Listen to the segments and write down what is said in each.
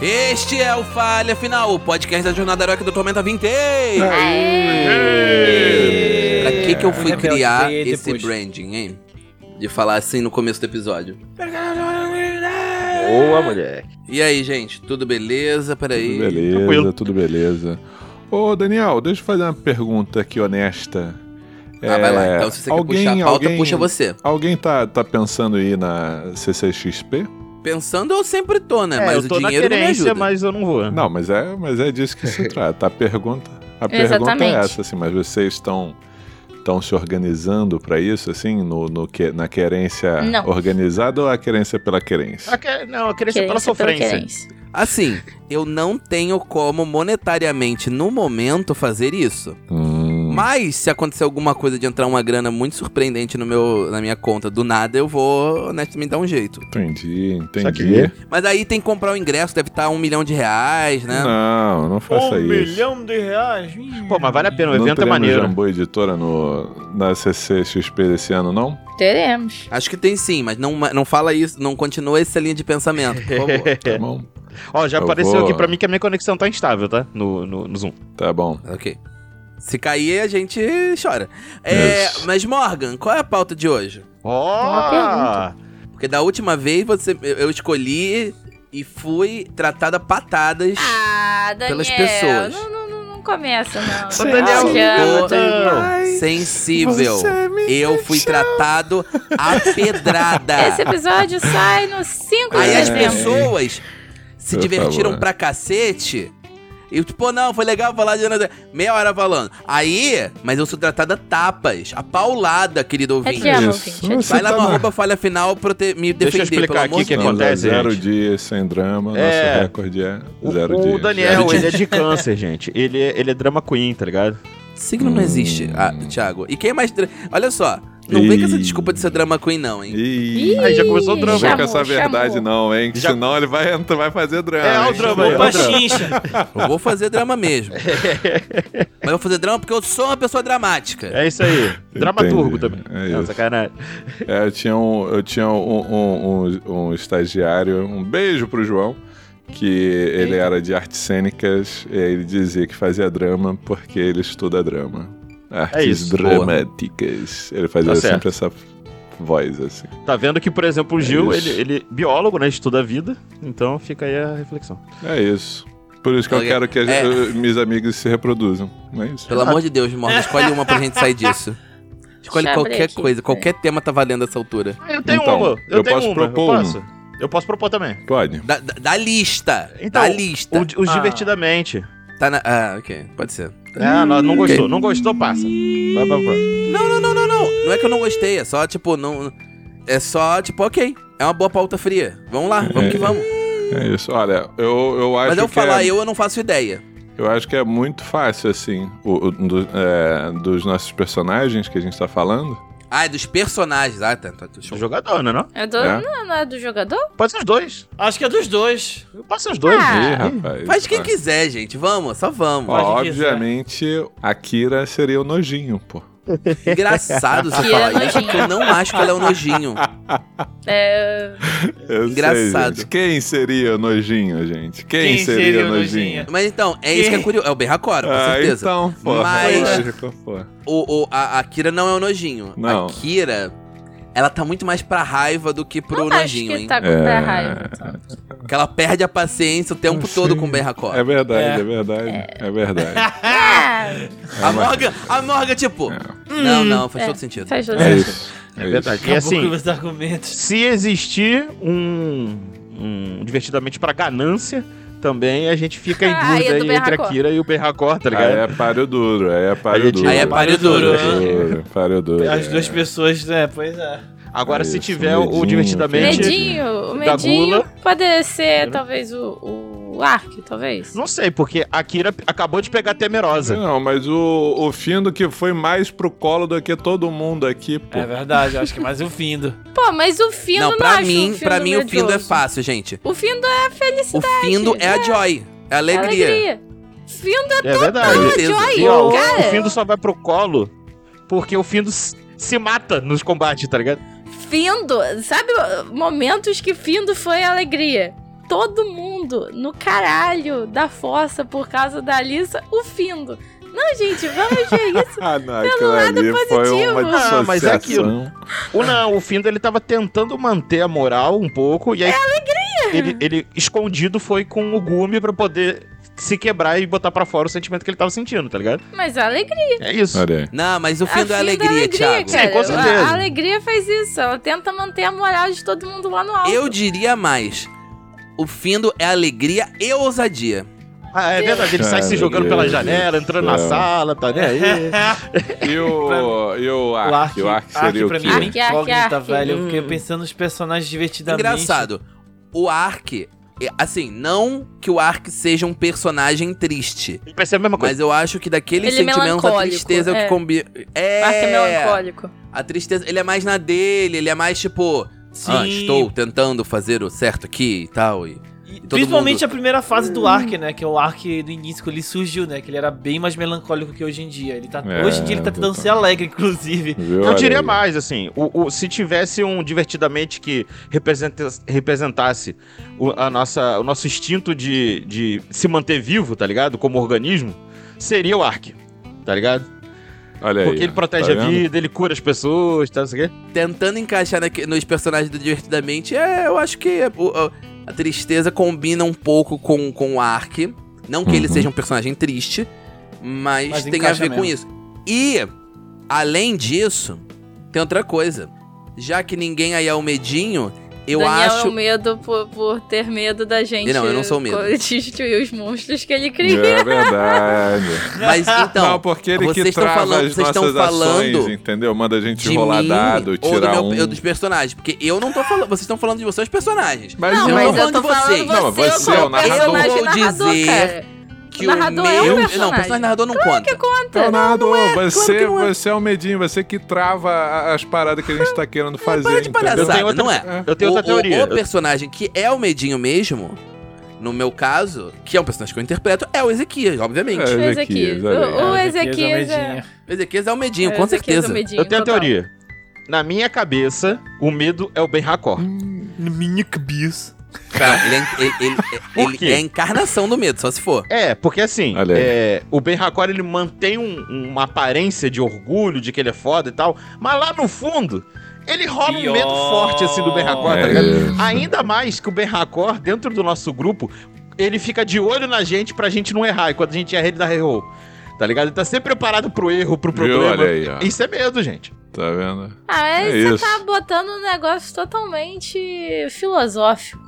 Este é o Falha Final, o podcast da Jornada Heróica do Tormenta 20. Pra que que eu fui Rebelde criar Day esse depois. branding, hein? De falar assim no começo do episódio. Boa, mulher. E aí, gente, tudo beleza? Peraí. Tudo beleza, Tranquilo. tudo beleza. Ô, Daniel, deixa eu fazer uma pergunta aqui honesta. É, Ah, vai lá. Então, se você quer puxar a pauta, alguém, puxa você. Alguém tá, tá pensando em ir na CCXP? Pensando, eu sempre tô, né? É, mas eu tô o na dinheiro não me ajuda. querência, mas eu não vou. Não, mas é, mas é disso que se trata. A pergunta, a pergunta é Exatamente. essa, assim, mas vocês estão estão se organizando pra isso, assim, no, no que, na querência Não. organizada ou a querência pela querência? A que- Não, a querência Querência é pela sofrência. querência. Assim, eu não tenho como monetariamente, no momento, fazer isso. Hum, Mas se acontecer alguma coisa de entrar uma grana muito surpreendente no meu, na minha conta do nada, eu vou, honestamente, dar um jeito. entendi, entendi. Saquei. Mas aí tem que comprar o ingresso, deve estar um milhão de reais, né? Não, não faça Um isso. de reais. Pô, mas vale a pena, o não evento é teremos maneiro. Jambô Editora no, na CCXP desse ano, não? Teremos. Acho que tem sim, mas não, não fala isso, não continua essa linha de pensamento, por favor. É. Tá bom. Ó, já Eu apareceu vou- aqui pra mim que a minha conexão tá instável, tá? No, no, no Zoom. Tá bom. ok. Se cair, a gente chora. É, Isso. mas, Morgan, qual é a pauta de hoje? Ó! Porque da última vez você, eu eu escolhi e fui tratada a patadas. Ah, Daniel. Pelas pessoas. Não, não, não, não começa, não. Ô, Daniel, Te amo, Ô, Daniel. Sensível. Eu fui tratado a pedrada. Esse episódio sai no 5 de Aí É. as dezembro. pessoas se Por divertiram favor. pra cacete. E tipo, não, foi legal falar de Ana. Meia hora falando. Aí, mas eu sou tratada a tapas, a paulada, querido É ouvinte. de amor, Isso. gente. é de- Você Vai lá tá no na- arroba falha final pra eu ter, me Deixa eu defender, explicar pelo amor aqui de que Deus. Estamos a acontece, né? Zero gente? dias sem drama, É. nosso recorde é O, zero o dias. Daniel, Zero ele é de câncer, gente. Ele, é- ele é drama queen, tá ligado? Signo não Hum. existe, ah, Thiago. E quem mais. dra- Olha só, não vem com essa Ih. desculpa de ser drama queen, não, hein? Ih, Aí já começou o não drama. vem Chamou, com essa chamou. verdade não, hein? Que Já- Senão ele vai, entrar- vai fazer drama. É, olha o hein? drama aí, Opa, Outra. xincha. Eu vou fazer drama mesmo. Mas eu vou fazer drama porque eu sou uma pessoa dramática. É isso aí. Dramaturgo também. É Não, isso. sacanagem. É, eu tinha um, eu tinha um, um, um- um estagiário, um beijo pro João, que ele era de artes cênicas, e ele dizia que fazia drama porque ele estuda drama. É Artes isso, boa. dramáticas. Ele fazia Tá sempre essa voz, assim. Tá vendo que, por exemplo, o Gil, É ele, isso. ele é biólogo, né? Estuda a vida. Então fica aí a reflexão. É isso. Por isso que Ok. eu quero que as, É. eh, meus amigos se reproduzam. Não é isso? Pelo amor de Deus, Morgan, escolhe uma pra gente sair disso. Escolhe Deixa eu abrir qualquer aqui. coisa, qualquer tema tá valendo essa altura. Ah, Eu tenho Então, uma. Eu, eu tenho posso uma. propor eu um? posso. Eu posso propor também. Pode. Da, da- da lista. Então, da lista. O- Os Ah. divertidamente. Tá na. Ah, ok. Pode ser. Ah, não, não gostou. Não gostou, passa. Vai pra próxima. Não, não, não, não, não. Não é que eu não gostei, é só, tipo, não. É só, tipo, ok. É uma boa pauta fria. Vamos lá, vamos que vamos. É isso. Olha, eu, eu acho Mas eu que falar é, eu, eu não faço ideia. Eu acho que é muito fácil, assim, o, o- do- é, dos nossos personagens que a gente tá falando. Ah, é dos personagens. Ah, tá. tá, tá O jogador, né? Não? É do, É. Não, não é do jogador? Pode ser os dois. Acho que é dos dois. Pode ser os dois. Ah. Ih, rapaz. Faz quem Ah. quiser, gente. Vamos, só vamos. Ó, Faz quem quiser. obviamente, Akira seria o nojinho, pô. Engraçado você Que falar é isso, porque eu não acho que ela é um nojinho. É, Eu Engraçado. gente. Quem seria o nojinho, gente? Quem, Quem seria, o nojinho? Mas então, é isso que é curioso. É o Berracora, com Ah, certeza. então, pô. Mas- lógico, pô. O, o- a, a Kira não é o nojinho. Não. A Kira, ela tá muito mais pra raiva do que pro não acho nojinho, que hein? tá com É. pé raiva. então. Porque ela perde a paciência o tempo Sim. todo com o Berracor. É verdade, é, É. verdade, é verdade. Ah! É, a Morgan, a Morgan, tipo. Não, não, faz todo sentido. faz todo É sentido. isso. É verdade. E Acabou com assim, os argumentos. se existir um, um divertidamente pra ganância, também a gente fica em Ah, aí dúvida é do aí entre a Berracor. Kira e o Berracor, tá Aí ligado? é páreo duro, aí é Aí páreo é duro. Aí é páreo duro. duro. Páreo duro. As é. duas pessoas, né? Pois é. Agora, se Isso, tiver o medinho, divertidamente. Entendi. Medinho, o Da medinho gula. pode ser talvez o, o Ark, talvez. Não sei, porque a Kira acabou de pegar a temerosa. Não, mas o, o Findo que foi mais pro colo do que todo mundo aqui, pô. É verdade, eu acho que é mais um findo. Pô, mas o Findo Não, não, pra acho mim, o Findo pra mim o Findo é medroso. fácil, gente. O Findo é O Findo é a Joy. É a alegria. alegria. Findo É verdade. Com é certeza. a Joy, E, ó, o- cara. o Findo só vai pro colo porque o Findo s- se mata nos combates, tá ligado? Findo, sabe momentos que Findo foi alegria? todo mundo no caralho da força por causa da Alissa, o Findo. Não, gente, vamos ver isso. Ah, não, Pelo aquilo lado ali foi positivo. uma dissociação. Ah, mas é aquilo. O, não, o Findo ele tava tentando manter a moral um pouco e aí. É alegria! Ele, ele escondido foi com o gume pra poder se quebrar e botar pra fora o sentimento que ele tava sentindo, tá ligado? Mas a alegria. É isso. Olha aí. Não, mas É o fim a é da alegria, Thiago. cara. Sim, com certeza. A, a alegria faz isso. Ela tenta manter a moral de todo mundo lá no alto. Eu diria mais. O findo é alegria e ousadia. Ah, é verdade, ele sai Cara, se jogando meu pela Deus janela, do entrando céu. na sala, tá nem aí. E o, e o O Ark? Ark, O Ark seria o Ah, pra quê? mim era Ark, Ark, incógnita, Ark. velho. Eu Hum. fiquei pensando nos personagens divertidamente. Engraçado. O Ark, é- assim, não que o Ark seja um personagem triste. Percebe a mesma coisa. Mas eu acho que daquele Ele é sentimento, a melancólico, tristeza é o que é. combina. É, Marca melancólico. a tristeza, ele é mais na dele, ele é mais tipo, Sim. ah, estou tentando fazer o certo aqui e tal. E... E todo Principalmente mundo- a primeira fase do Ark, né? Que é o Ark do início, que ele surgiu, né? Que ele era bem mais melancólico que hoje em dia. Ele tá, É, hoje em dia ele tá tentando ser alegre, inclusive. Viu? Eu Olha diria aí. mais, assim, o, o- se tivesse um divertidamente que representa- representasse o, a nossa, o nosso instinto de, de se manter vivo, tá ligado? Como organismo, seria o Ark, tá ligado? Olha aí. Porque ele ó. protege Tá a vendo? vida, ele cura as pessoas, tá? não sei o quê. Tentando encaixar naque- nos personagens do Divertidamente, é, eu acho que o- o- a, tristeza combina um pouco com, com o Ark. Não que ele Uhum. seja um personagem triste, mas, Mas tem a encaixa ver com mesmo. isso. E, além disso, tem outra coisa. Já que ninguém aí é o medinho, eu Daniel acho. é o medo por, por ter medo da gente. Não, eu não sou o medo. co- Destruir os monstros que ele cria. É verdade. Mas então. não, porque ele vocês que estão trava falando- as vocês estão nossas falando ações, entendeu? Manda a gente de rolar mim dado, ou do tirar meu- um. eu- dos personagens. Porque eu não tô falando. Vocês estão falando de vocês, personagens. Mas Não, eu mas não eu tô falo de falando vocês. você, Não, você é o como narrador. personagem Eu vou narrador, dizer cara. Que narrador o é um meu. Não, personagem. o personagem narrador não conta. Então, Conta. narrador, você, claro que não é. você é o medinho, você que trava a- as paradas que a gente tá querendo fazer. para de entendeu? palhaçada, Eu tenho não é? Eu tenho o, outra o- teoria. O, personagem que é o Medinho mesmo, no meu caso, que é um personagem que eu interpreto, é o Ezequias, obviamente. É. O Ezequias, Ezequias. olha aí. O, o Ah, Ezequias é o é... medinho. O Ezequias é o Medinho, é, com o Ezequias é o certeza. medinho, Eu tenho a total. teoria. Na minha cabeça, o medo é o Ben Hakor. Na minha cabeça. Não, ele, é, ele- ele- Por ele quê? é a encarnação do medo, só se for. É, porque assim, Olha aí. é, o Ben Hakor ele mantém um- uma aparência de orgulho, de que ele é foda e tal, mas lá no fundo, ele rouba um Pior. medo forte assim do Ben Hakor, tá É. ligado? Ainda mais que o Ben Hakor, dentro do nosso grupo, ele fica de olho na gente pra gente não errar, e quando a gente erra, ele dá erro. Tá ligado? Ele tá sempre preparado pro erro, pro Viu? problema. Olha aí, ó. Isso é medo, gente. Tá vendo? Ah, é, É você isso. tá botando um negócio totalmente filosófico,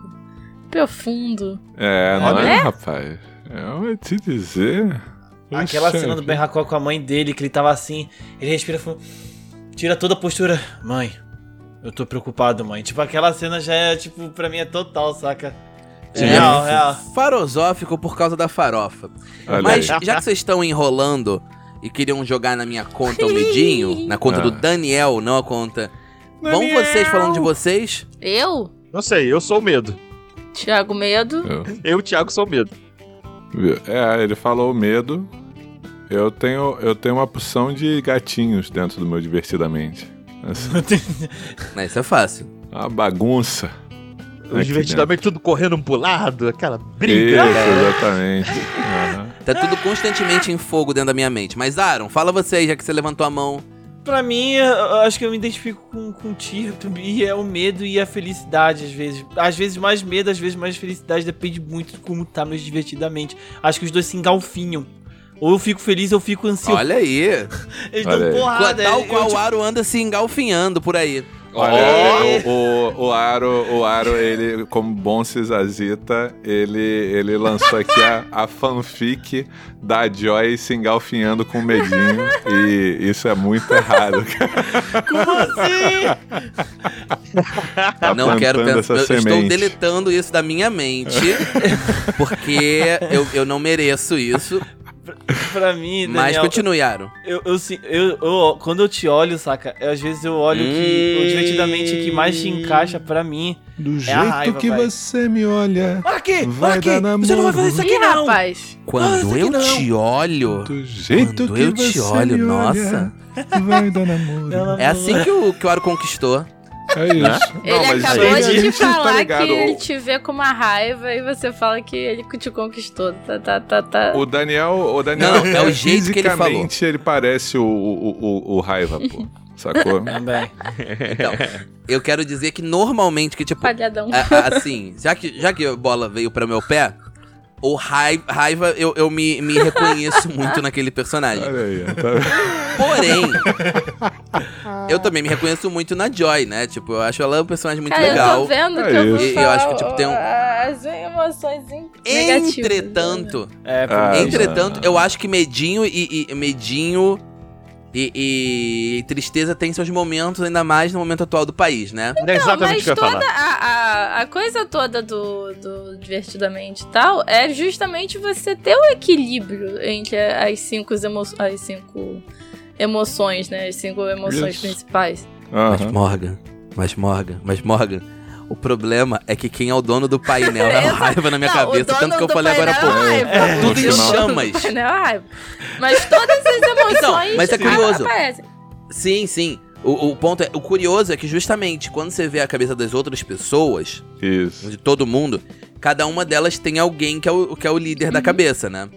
profundo. É, não é, É? rapaz? Eu vou te dizer. Aquela Poxa cena do vida. Ben Hakor com a mãe dele, que ele tava assim, ele respira fundo, tira toda a postura. Mãe, eu tô preocupado, mãe. Tipo, aquela cena já é, tipo, pra mim é total, saca? É. Real, real. Farosófico por causa da farofa. Olha Mas aí. já que vocês estão enrolando e queriam jogar na minha conta o Medinho, na conta Ah. do Daniel, não a conta. Vão Daniel! vocês falando de vocês? Eu? Não sei, eu sou o medo. Tiago Medo. Eu, Thiago, sou o medo. Viu? É, ele falou medo. Eu tenho, eu tenho uma porção de gatinhos dentro do meu divertidamente. Essa- Mas isso é fácil. Uma bagunça. Eu, Aqui divertidamente, tudo correndo um pro lado, aquela Isso, briga. exatamente. Aham. Tá tudo constantemente em fogo dentro da minha mente. Mas, Aaron, fala você aí, já que você levantou a mão. Pra mim, eu- eu acho que eu me identifico com, com o Tirto e é o medo e a felicidade, às vezes. Às vezes mais medo, às vezes mais felicidade, depende muito de como tá meus divertidamente. Acho que os dois se engalfinham. Ou eu fico feliz ou eu fico ansioso. Olha aí. Eles olha dão aí. porrada. Tal eu- assim. qual eu, o Aro anda se engalfinhando por aí. Olha, é, o, o, o Aro, o Aro, ele, como bom cisazita, ele, ele lançou aqui a, a fanfic da Joy se engalfinhando com o medinho. E isso é muito errado. cara. Como assim? Tá não quero plantando pensar. essa Eu estou semente. deletando isso da minha mente. porque eu, eu não mereço isso. pra mim, Mas Daniel, continue, Aro. eu, eu, se- eu- eu- quando eu te olho, saca? eu, às vezes eu olho que o divertidamente que mais te encaixa pra mim. Do jeito É raiva, que vai. você me olha. Aqui, Vai aqui, dar namoro. você não vai fazer isso aqui Ih, não. rapaz. Quando Nossa, eu que não. te olho. Do jeito jeito Quando que eu te você olho, me olha, nossa. Vai dar namoro. Não, não. É assim que o, que o Aro conquistou. É isso. Ele mas isso acabou aí de a te gente tá falar ligado. que ele te vê com uma raiva e você fala que ele te conquistou. Tá, tá, tá, tá. O Daniel, o Daniel Não, é o jeito que ele falou. fisicamente, ele parece o, o, o, o Raiva, pô. Sacou? Também. Então, eu quero dizer que normalmente, que tipo, Palhadão. a- a- assim, já que, já que a bola veio pra meu pé, o rai- raiva, eu, eu me, me reconheço muito naquele personagem. Olha aí, tá... Porém, eu também me reconheço muito na Joy, né? Tipo, eu acho ela um personagem muito Cara, Ah, eu tô legal. vendo É que eu vou isso. E eu falar acho que, tipo, tem um- as emoções in- negativas. Entretanto, É, Ah, porque- entre- entretanto, eu acho que medinho e, e- medinho e, e tristeza tem seus momentos, ainda mais no momento atual do país, né? é exatamente Então, mas o que eu ia falar. toda a, a, a coisa toda do, do Divertidamente e tal é justamente você ter o equilíbrio entre as cinco, emo as cinco emoções, né? As cinco emoções Isso. principais. Mas Aham. Morgan, mas Morgan, mas Morgan. O problema é que quem é o dono do painel é a raiva na minha Não, cabeça, o tanto que eu dono falei do agora há pouco. painel é raiva. É, Tudo em Afinal. chamas. O painel é raiva. Mas todas as emoções Então, mas é curioso. aparecem. Sim, sim. O, o ponto é, o curioso é que justamente quando você vê a cabeça das outras pessoas, Isso. de todo mundo, cada uma delas tem alguém que é o, que é o líder Uhum. da cabeça, né?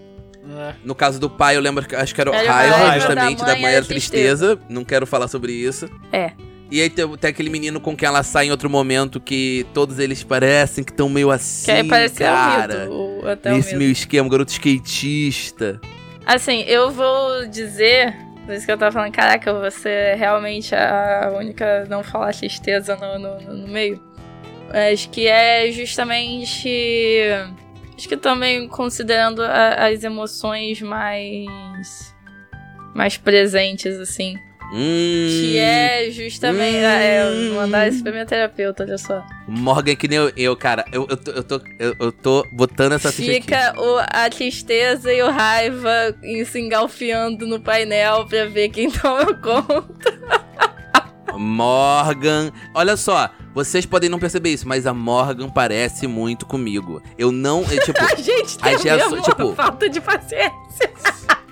É. No caso do pai, eu lembro que acho que era o Era raiva, raiva, justamente, da da mãe mãe, era era tristeza. Não quero falar sobre isso. É. E aí tem, tem aquele menino com quem ela sai em outro momento que todos eles parecem que estão meio assim, Que aí parece cara. o mito. assim. o- Até o Nesse mito. meu esquema, garoto skatista. Assim, eu vou dizer. Por isso que eu tava falando, caraca, você é realmente a única a não falar tristeza no, no, no- no meio. Acho que é justamente. Acho que também considerando a- as emoções mais. mais presentes, assim. Hum. Que é justamente. Hum. É, mandar isso pra minha terapeuta, olha só. Morgan é que nem eu, eu, cara. Eu, eu, tô, eu, tô, eu, eu tô botando essa ficha aqui. Fica o- a tristeza e o raiva em- se engalfiando no painel pra ver quem toma conta. Morgan. Olha só, vocês podem não perceber isso, mas a Morgan parece muito comigo. Eu não. É, tipo, A gente tem Aí já é mesmo só, tipo, uma falta de paciência.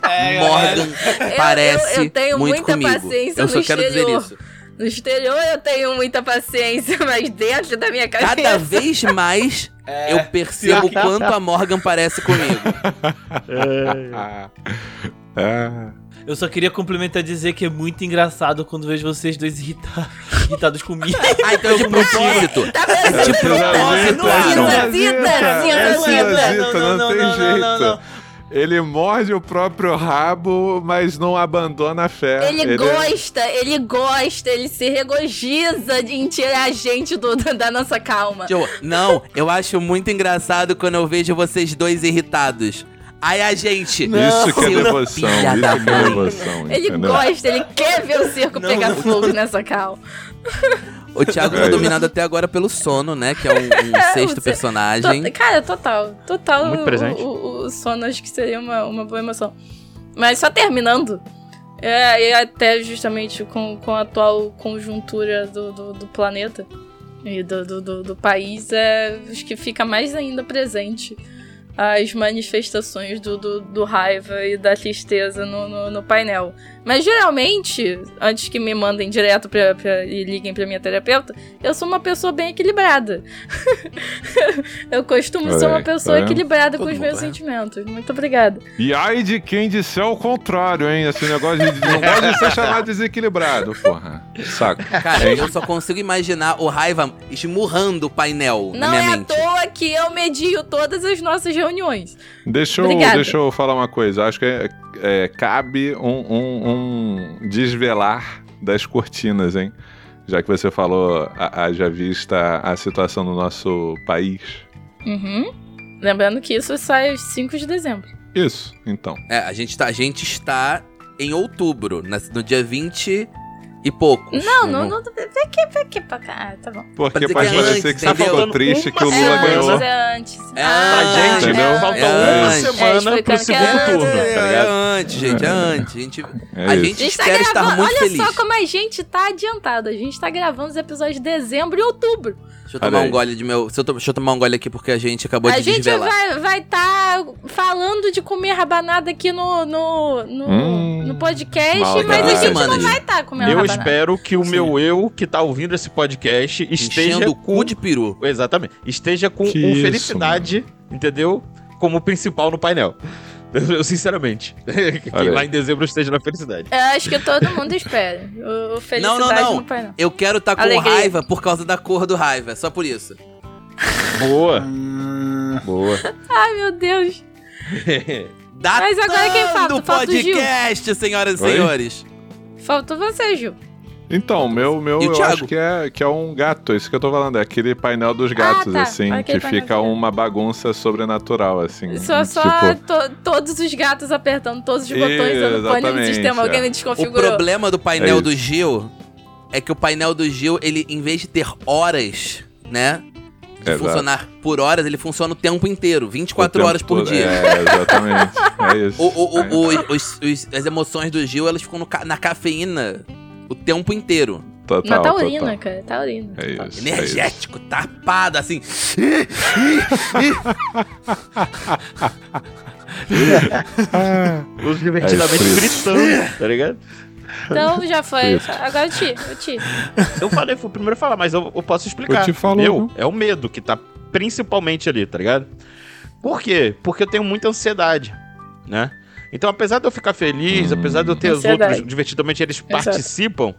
É, Morgan Eu- parece eu, eu tenho muito muita comigo. paciência eu no só quero dizer exterior. isso. No exterior eu tenho muita paciência, mas dentro da minha cabeça. Cada vez mais É. eu percebo quanto a Morgan parece comigo. Ah. Ah. Eu só queria complementar e dizer que é muito engraçado quando vejo vocês dois irrita- irritados comigo. Ah, então é de Algum motivo. propósito. Tá vendo? É de propósito. não, é não. Cinzita, É cinzita. cinzita, não Não, não, tem não, não, não, não. jeito. Ele morde o próprio rabo, mas não abandona a fé. é Ele, gosta, ele gosta, ele se regozija de em tirar a gente do, da nossa calma. Tipo, Não, eu acho muito engraçado quando eu vejo vocês dois irritados. Ai, a gente. Isso que é seu devoção, filha isso da que é mãe. devoção, Ele entendeu? gosta, ele quer ver o circo Não, pegar não. fogo nessa cal. O Thiago tá É. dominado até agora pelo sono, né? Que é um, um sexto Você- personagem. To- cara, total. Total. Muito o- presente. O, o, o sono acho que seria uma, uma boa emoção. Mas só terminando, é, e até justamente com, com a atual conjuntura do, do, do planeta e do, do, do, do país, é, acho que fica mais ainda presente as manifestações do, do, do raiva e da tristeza no, no, no painel. Mas geralmente, antes que me mandem direto pra, pra- e liguem pra minha terapeuta, eu sou uma pessoa bem equilibrada. eu costumo Olha ser uma aí, pessoa tá vendo? equilibrada com Todo os mundo meus é. sentimentos. Muito obrigada. E ai de quem disser o contrário, hein? Esse negócio de não gosta de ser chamado desequilibrado, porra. Saco. É. Cara, eu só consigo imaginar o Raiva esmurrando o painel na Não minha é à mente. toa que eu medio todas as nossas reuniões. Deixa eu, Obrigada. deixa eu falar uma coisa. Acho que é- é, cabe um, um- um desvelar das cortinas, hein? Já que você falou, a- haja vista a situação do nosso país. Uhum. Lembrando que isso sai às 5 de dezembro. Isso, então. É, a gente, tá, a gente está em outubro, na- no dia 20 e poucos. Não, não, não. Pra que, pra que, pra cá? Ah, tá bom. Porque Mas é pode que é parecer antes, que você entendeu? ficou Faltando triste uma que o É Lula semana. antes, ganhou. é antes. É Tá, antes, é gente, Entendeu? antes. falta É, é, uma semana pro explicando que é segundo antes. turno, tá É ligado? antes, gente, é antes. A gente, É a isso. A gente gente tá espera estar gravando, muito olha feliz. só como a gente tá adiantado. A gente tá gravando os episódios de dezembro e outubro. Deixa eu tomar Olha aí. um gole de meu. se eu to- Deixa eu tomar um gole aqui porque a gente acabou a de gente desvelar. vai vai tá falando de comer rabanada aqui no, no, no, Hum. no podcast, Maldade. mas a gente Semanas. não vai tá comendo Eu rabanada. espero que o Sim. meu eu, que tá ouvindo esse podcast, esteja Enchendo o com... cu de peru. Exatamente. Esteja com Que um isso, felicidade, entendeu? Como principal no painel. Eu, eu, sinceramente. que Olha aí. lá em dezembro eu esteja na felicidade. Eu É, acho que todo mundo espera. O, o felicidade Não, não, não. no painel. Eu quero tá com Alegria. raiva por causa da cor do raiva, é só por isso. Boa. Hum, Boa. Ai, meu Deus. Datando Mas agora é quem falta? o Falta o Gil. podcast, senhoras e Oi? senhores. Faltou você, Gil. Então, meu, meu E o eu Thiago? acho que é, que é um gato, é isso que eu tô falando, é aquele painel dos gatos, tá. assim, Aquele que painel fica dos gatos. uma bagunça sobrenatural, assim. Só, só tipo, to- todos os gatos apertando todos os botões dando pane no Exatamente, sistema. Alguém é. me O desconfigurou. problema do painel É do Gil é que o painel do Gil, ele, em vez de ter horas, né? De Exato. funcionar por horas, ele funciona o tempo inteiro, o 24 tempo horas por todo- dia. É, exatamente. É isso. O, o- o- É. o- os- os- as emoções do Gil, elas ficam no ca- na cafeína o tempo inteiro. Na Total, taurina, total. tá cara. tá Taurina. É isso. é isso. Energético, tapado, assim. Os divertidamente É isso. gritando, tá ligado? Então já foi. Isso. Agora o Ti. O Ti. Eu falei, fui o primeiro a falar, mas eu, eu posso explicar. Eu te falo, Meu, não. é o medo que tá principalmente ali, tá ligado? Por quê? Porque eu tenho muita ansiedade, né? Então, apesar de eu ficar feliz, Hum. apesar de eu ter Ansiedade. os outros divertidamente, eles participam.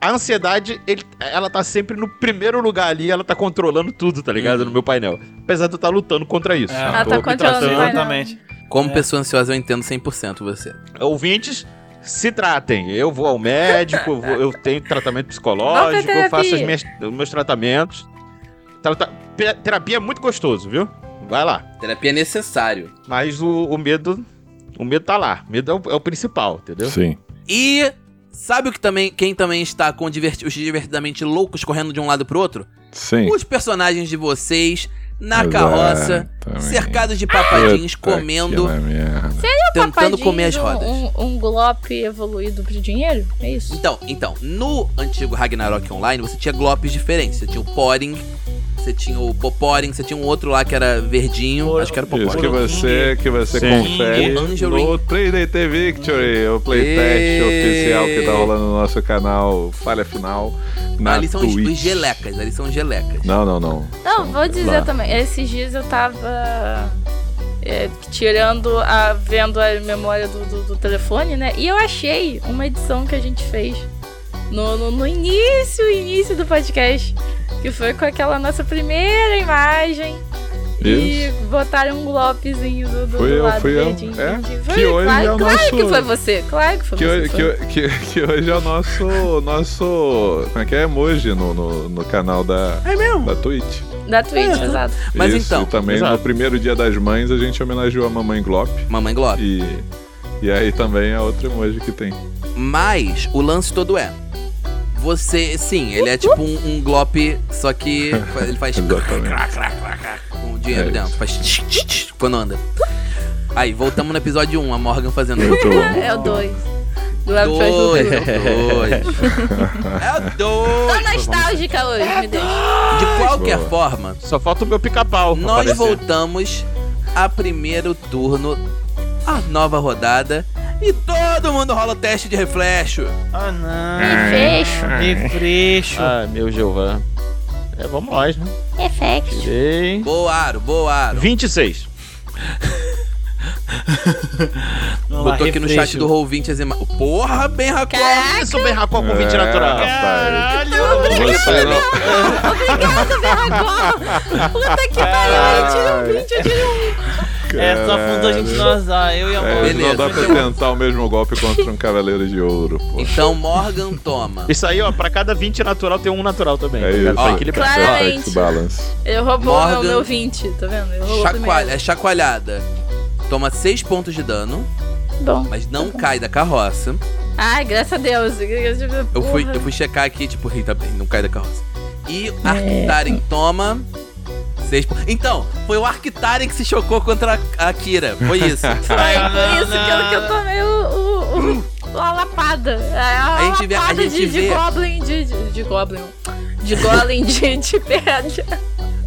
A ansiedade, ele- ela tá sempre no primeiro lugar ali, ela tá controlando tudo, tá ligado? No meu painel. Apesar de eu estar lutando contra isso. Uhum. É. Eu tá Ela tô me controlando, tratando. vai. Exatamente. Como É. pessoa ansiosa, eu entendo 100% você. Ouvintes, se tratem. Eu vou ao médico, eu, vou- eu tenho tratamento Vá pra psicológico, terapia. eu faço as minhas- os meus tratamentos. Trata- te- terapia é muito gostoso, viu? Vai lá. Terapia é necessário. Mas o, o medo. O medo tá lá. O medo é o, é o principal, entendeu? Sim. E sabe o que também, quem também está com diverti- os divertidamente loucos correndo de um lado pro outro? Sim. Os personagens de vocês na carroça, Exatamente. cercados de papadinhos, Puta que comendo, na merda. tentando Papadinho comer as de um- rodas. Um, um golpe evoluído pro dinheiro? É isso? Então, então, no antigo Ragnarok Online, você tinha glopes diferentes. Você tinha o Poring, você tinha o Poporing, você tinha um outro lá que era verdinho. Oro- acho que era o Isso que Poporing. Oro- você, que você Sim. confere Angelim. no 3DT Victory, o playtest E- oficial que tá rolando no nosso canal Falha Final na Ali são os, Twitch. os gelecas, ali são os gelecas. Não, não, não. Não, São- vou dizer lá. também. Esses dias eu tava é, tirando a. vendo a memória do, do- do telefone, né? E eu achei uma edição que a gente fez no, no- no início, início do podcast. Que foi com aquela nossa primeira imagem. E Isso. botaram um glopezinho do, do, Fui do eu, lado fui eu. verdinho. É, verdinho. que hoje claro, é o claro nosso- que foi você, claro que foi Que, você. ho- foi. que, ho- que, que hoje é o nosso. nosso como é que é? Emoji no, no, no canal da, É mesmo? da Twitch. Da Twitch, É. exato. Mas Isso, então- E também Exato. no primeiro dia das mães a gente homenageou a mamãe Glop. Mamãe Globe. E, e aí também é outro emoji que tem. Mas o lance todo é. Você, sim, ele é tipo um, um glop, só que fa- ele faz Exatamente. com o dinheiro É dentro, faz tch, tch, tch, quando anda. Aí, voltamos no episódio 1, a Morgan fazendo. Muito bom. É o 2. Globo faz o Dois, dois. é o dois. É o Tô dois. nostálgica hoje, me deixa. De qualquer Boa. forma, Só falta o meu pica-pau. pra nós aparecer. voltamos a primeiro turno, a nova rodada, e todo mundo rola o teste de reflexo. Ah, Me não. fecho. Refresco. Ah, meu Jeová. É, vamos nós, né? Effect. Tirei. Boa, Aro, boa, Aro. 26. Vamos lá, Botou aqui no refresco. chat do Roll20 as imagens. Porra, bem racão. Caraca, Isso, bem racó com 20 É, natural. rapaz. Caralho! Você não. obrigada, Verragão. Puta que pariu, eu tiro um print, eu tiro um. É, só afundou a gente no azar, eu e É, a Mônica. Beleza, não dá pra então- tentar o mesmo golpe contra um cavaleiro de ouro, pô. Então Morgan toma. Isso aí, ó, pra cada 20 natural tem um natural também. É tá ligado? isso. Pra Ó, equilibrar. Claramente. Perfect balance. Eu roubou o meu, Morgan. meu 20, tá vendo? Eu roubou Chacoalha, é chacoalhada. Toma 6 pontos de dano, primeiro. Tá Bom. mas não cai da carroça. Ai, graças a Deus. Eu fui, Porra. É. eu fui checar aqui, tipo, ri, tá bem, não cai da carroça. E Arctaren toma. 6 pontos. Então, foi o Arctaren que se chocou contra a a Kira. Foi isso. Foi Ah, por isso que eu, que eu tomei o, o, o, a lapada. A, a, A gente vê- a lapada gente de, de vê- Goblin. De, de, de Goblin. De golem de, de pedra.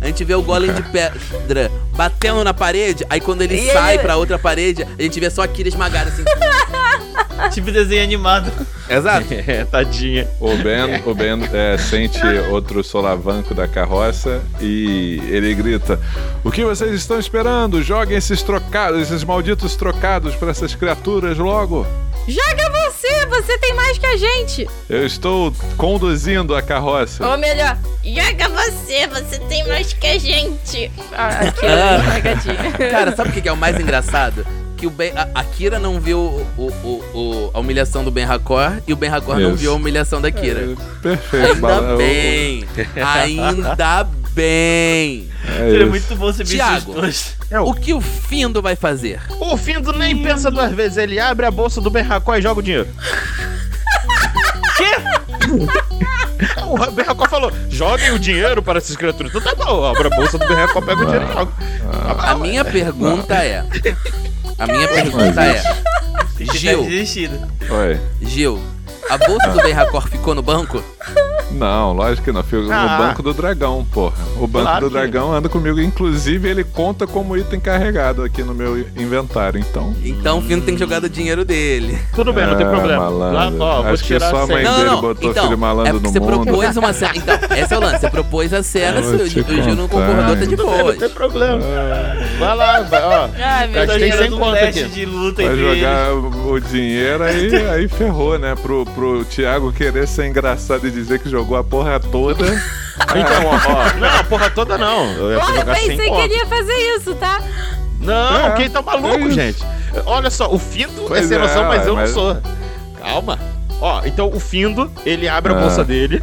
A gente vê o golem de pedra batendo na parede, aí quando ele E sai ele- pra outra parede, a gente vê só a Kira esmagada assim. Tipo desenho animado. Exato. É, tadinha. O Ben, o ben é, sente outro solavanco da carroça e ele grita: O que vocês estão esperando? Joguem esses trocados, esses malditos trocados pra essas criaturas logo! Joga você! Você tem mais que a gente! Eu estou conduzindo a carroça. Ou melhor, joga você! Você tem mais que a gente! Ah, aquele esmagadinho. Cara, sabe o que que é o mais engraçado? Que o ben, a, a Kira não viu o, o- o- a humilhação do Ben Hakor e o Ben Hakor não Isso. viu a humilhação da Kira. É, perfeito. Ainda Bala- bem! Ainda bem! É Seria isso. muito bom se Thiago. dois. O que o Findo vai fazer? O Findo nem pensa duas vezes, ele abre a bolsa do Berracó e joga o dinheiro. Quê? o Berracó falou: joguem o dinheiro para essas criaturas. Então tá bom, abre a bolsa do Berracó, pega o dinheiro e joga. A minha pergunta é. A minha pergunta Mas é. isso- É Gil. Desistido. Oi. Gil, a bolsa do Ben Hakor ficou no banco? Não, lógico que não. Fico Ah. no banco do dragão, porra. O banco Claro do que- dragão anda comigo. Inclusive, ele conta como item carregado aqui no meu inventário. Então. Então o Findo tem jogado o dinheiro dele. Tudo bem, não tem Ah, problema. malandro. Lá, ó, vou Acho que é tirar só a cem. mãe Não, dele não, não. botou Então, filho malandro é porque no você mundo. propôs uma cena. Então, esse é o lance. Você propôs a cena, Vou o te Gil- o Gil não contar, concordou, tá de hein. boa. Não tem problema. Vai lá, vai, ó. Ai, meu Gastei Deus. sem um conta teste aqui. de luta Vai entre jogar o dinheiro aí, aí ferrou, né? Pro, pro Thiago querer ser engraçado e dizer que jogou a porra toda. Então, ó, ó. Não, a porra toda não. Eu ia Porra, eu jogar sem pensei que conta. ele ia fazer isso, tá? Não, É, quem tá maluco, é isso. gente? Olha só, o Findo é Pois sem é, noção, mas ué, eu mas- não sou. Calma. Ó, então o Findo, ele abre a Ah. bolsa dele,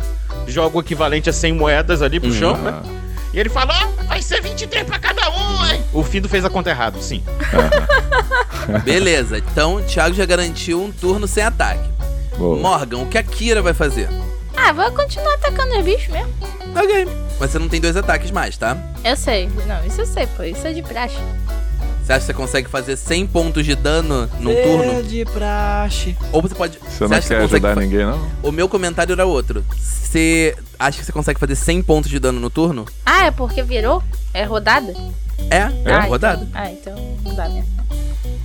joga o equivalente a 100 moedas ali pro chão, né? Ah, E ele fala, ó, vai ser 23 pra cada um, hein? O Findo fez a conta errada, sim. Beleza, então o Thiago já garantiu um turno sem ataque. boa. Morgan, o que a Kira vai fazer? Ah, vou continuar atacando os bichos mesmo. Ok. Mas você não tem dois ataques mais, tá? Eu sei. Não, isso eu sei, pô. Isso é de praxe. Você acha que você consegue fazer 100 pontos de dano num É. turno? de praxe. Ou você pode. Você não acha que quer consegue ajudar fa- ninguém, não? O meu comentário era outro. Você acha que você consegue fazer 100 pontos de dano no turno? Ah, é porque virou? É rodada? É, é ah, rodada. Então, ah, então não dá mesmo.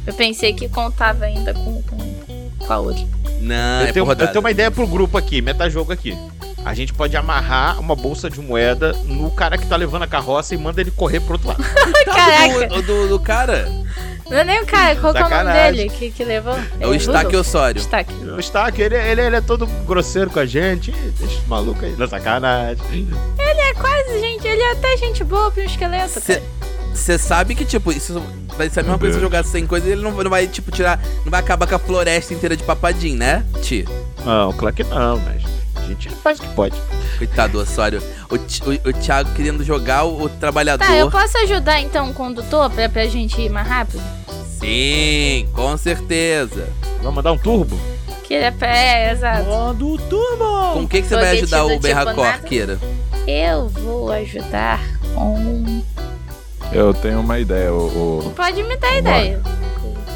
Eu pensei que contava ainda com, com, com a outra. Não, é eu, tenho, por rodada. eu tenho uma ideia pro grupo aqui, metajogo aqui. A gente pode amarrar uma bolsa de moeda no cara que tá levando a carroça e manda ele correr pro outro lado. Caraca. Do, do, do cara Não é nem o cara, qual que é o nome Sacanagem. dele que, que levou? é o Staque Osório. Estaque. O Stark, ele, ele, ele é todo grosseiro com a gente. Ih, Deixa o maluco aí, na sacanagem. É quase, gente. Ele é até gente boa pra um esqueleto. cara. Você sabe que, tipo, isso vai ser a mesma Meu coisa se Deus. jogar sem coisa ele não, não vai, tipo, tirar. Não vai acabar com a floresta inteira de papadim, né, Ti? Não, claro que não, mas a gente faz o que pode. Coitado do Osório. O, Ti- o, o Thiago querendo jogar o, o trabalhador. Tá, eu posso ajudar então o condutor pra, pra gente ir mais rápido? Sim, com certeza. Vamos mandar um turbo? Que ele é pé, exato. Modo turbo! Com o que que você vai Foguete ajudar do o tipo Berracor, nada. Kira? Eu vou ajudar com. um Eu tenho uma ideia. O, o- Pode me dar ideia.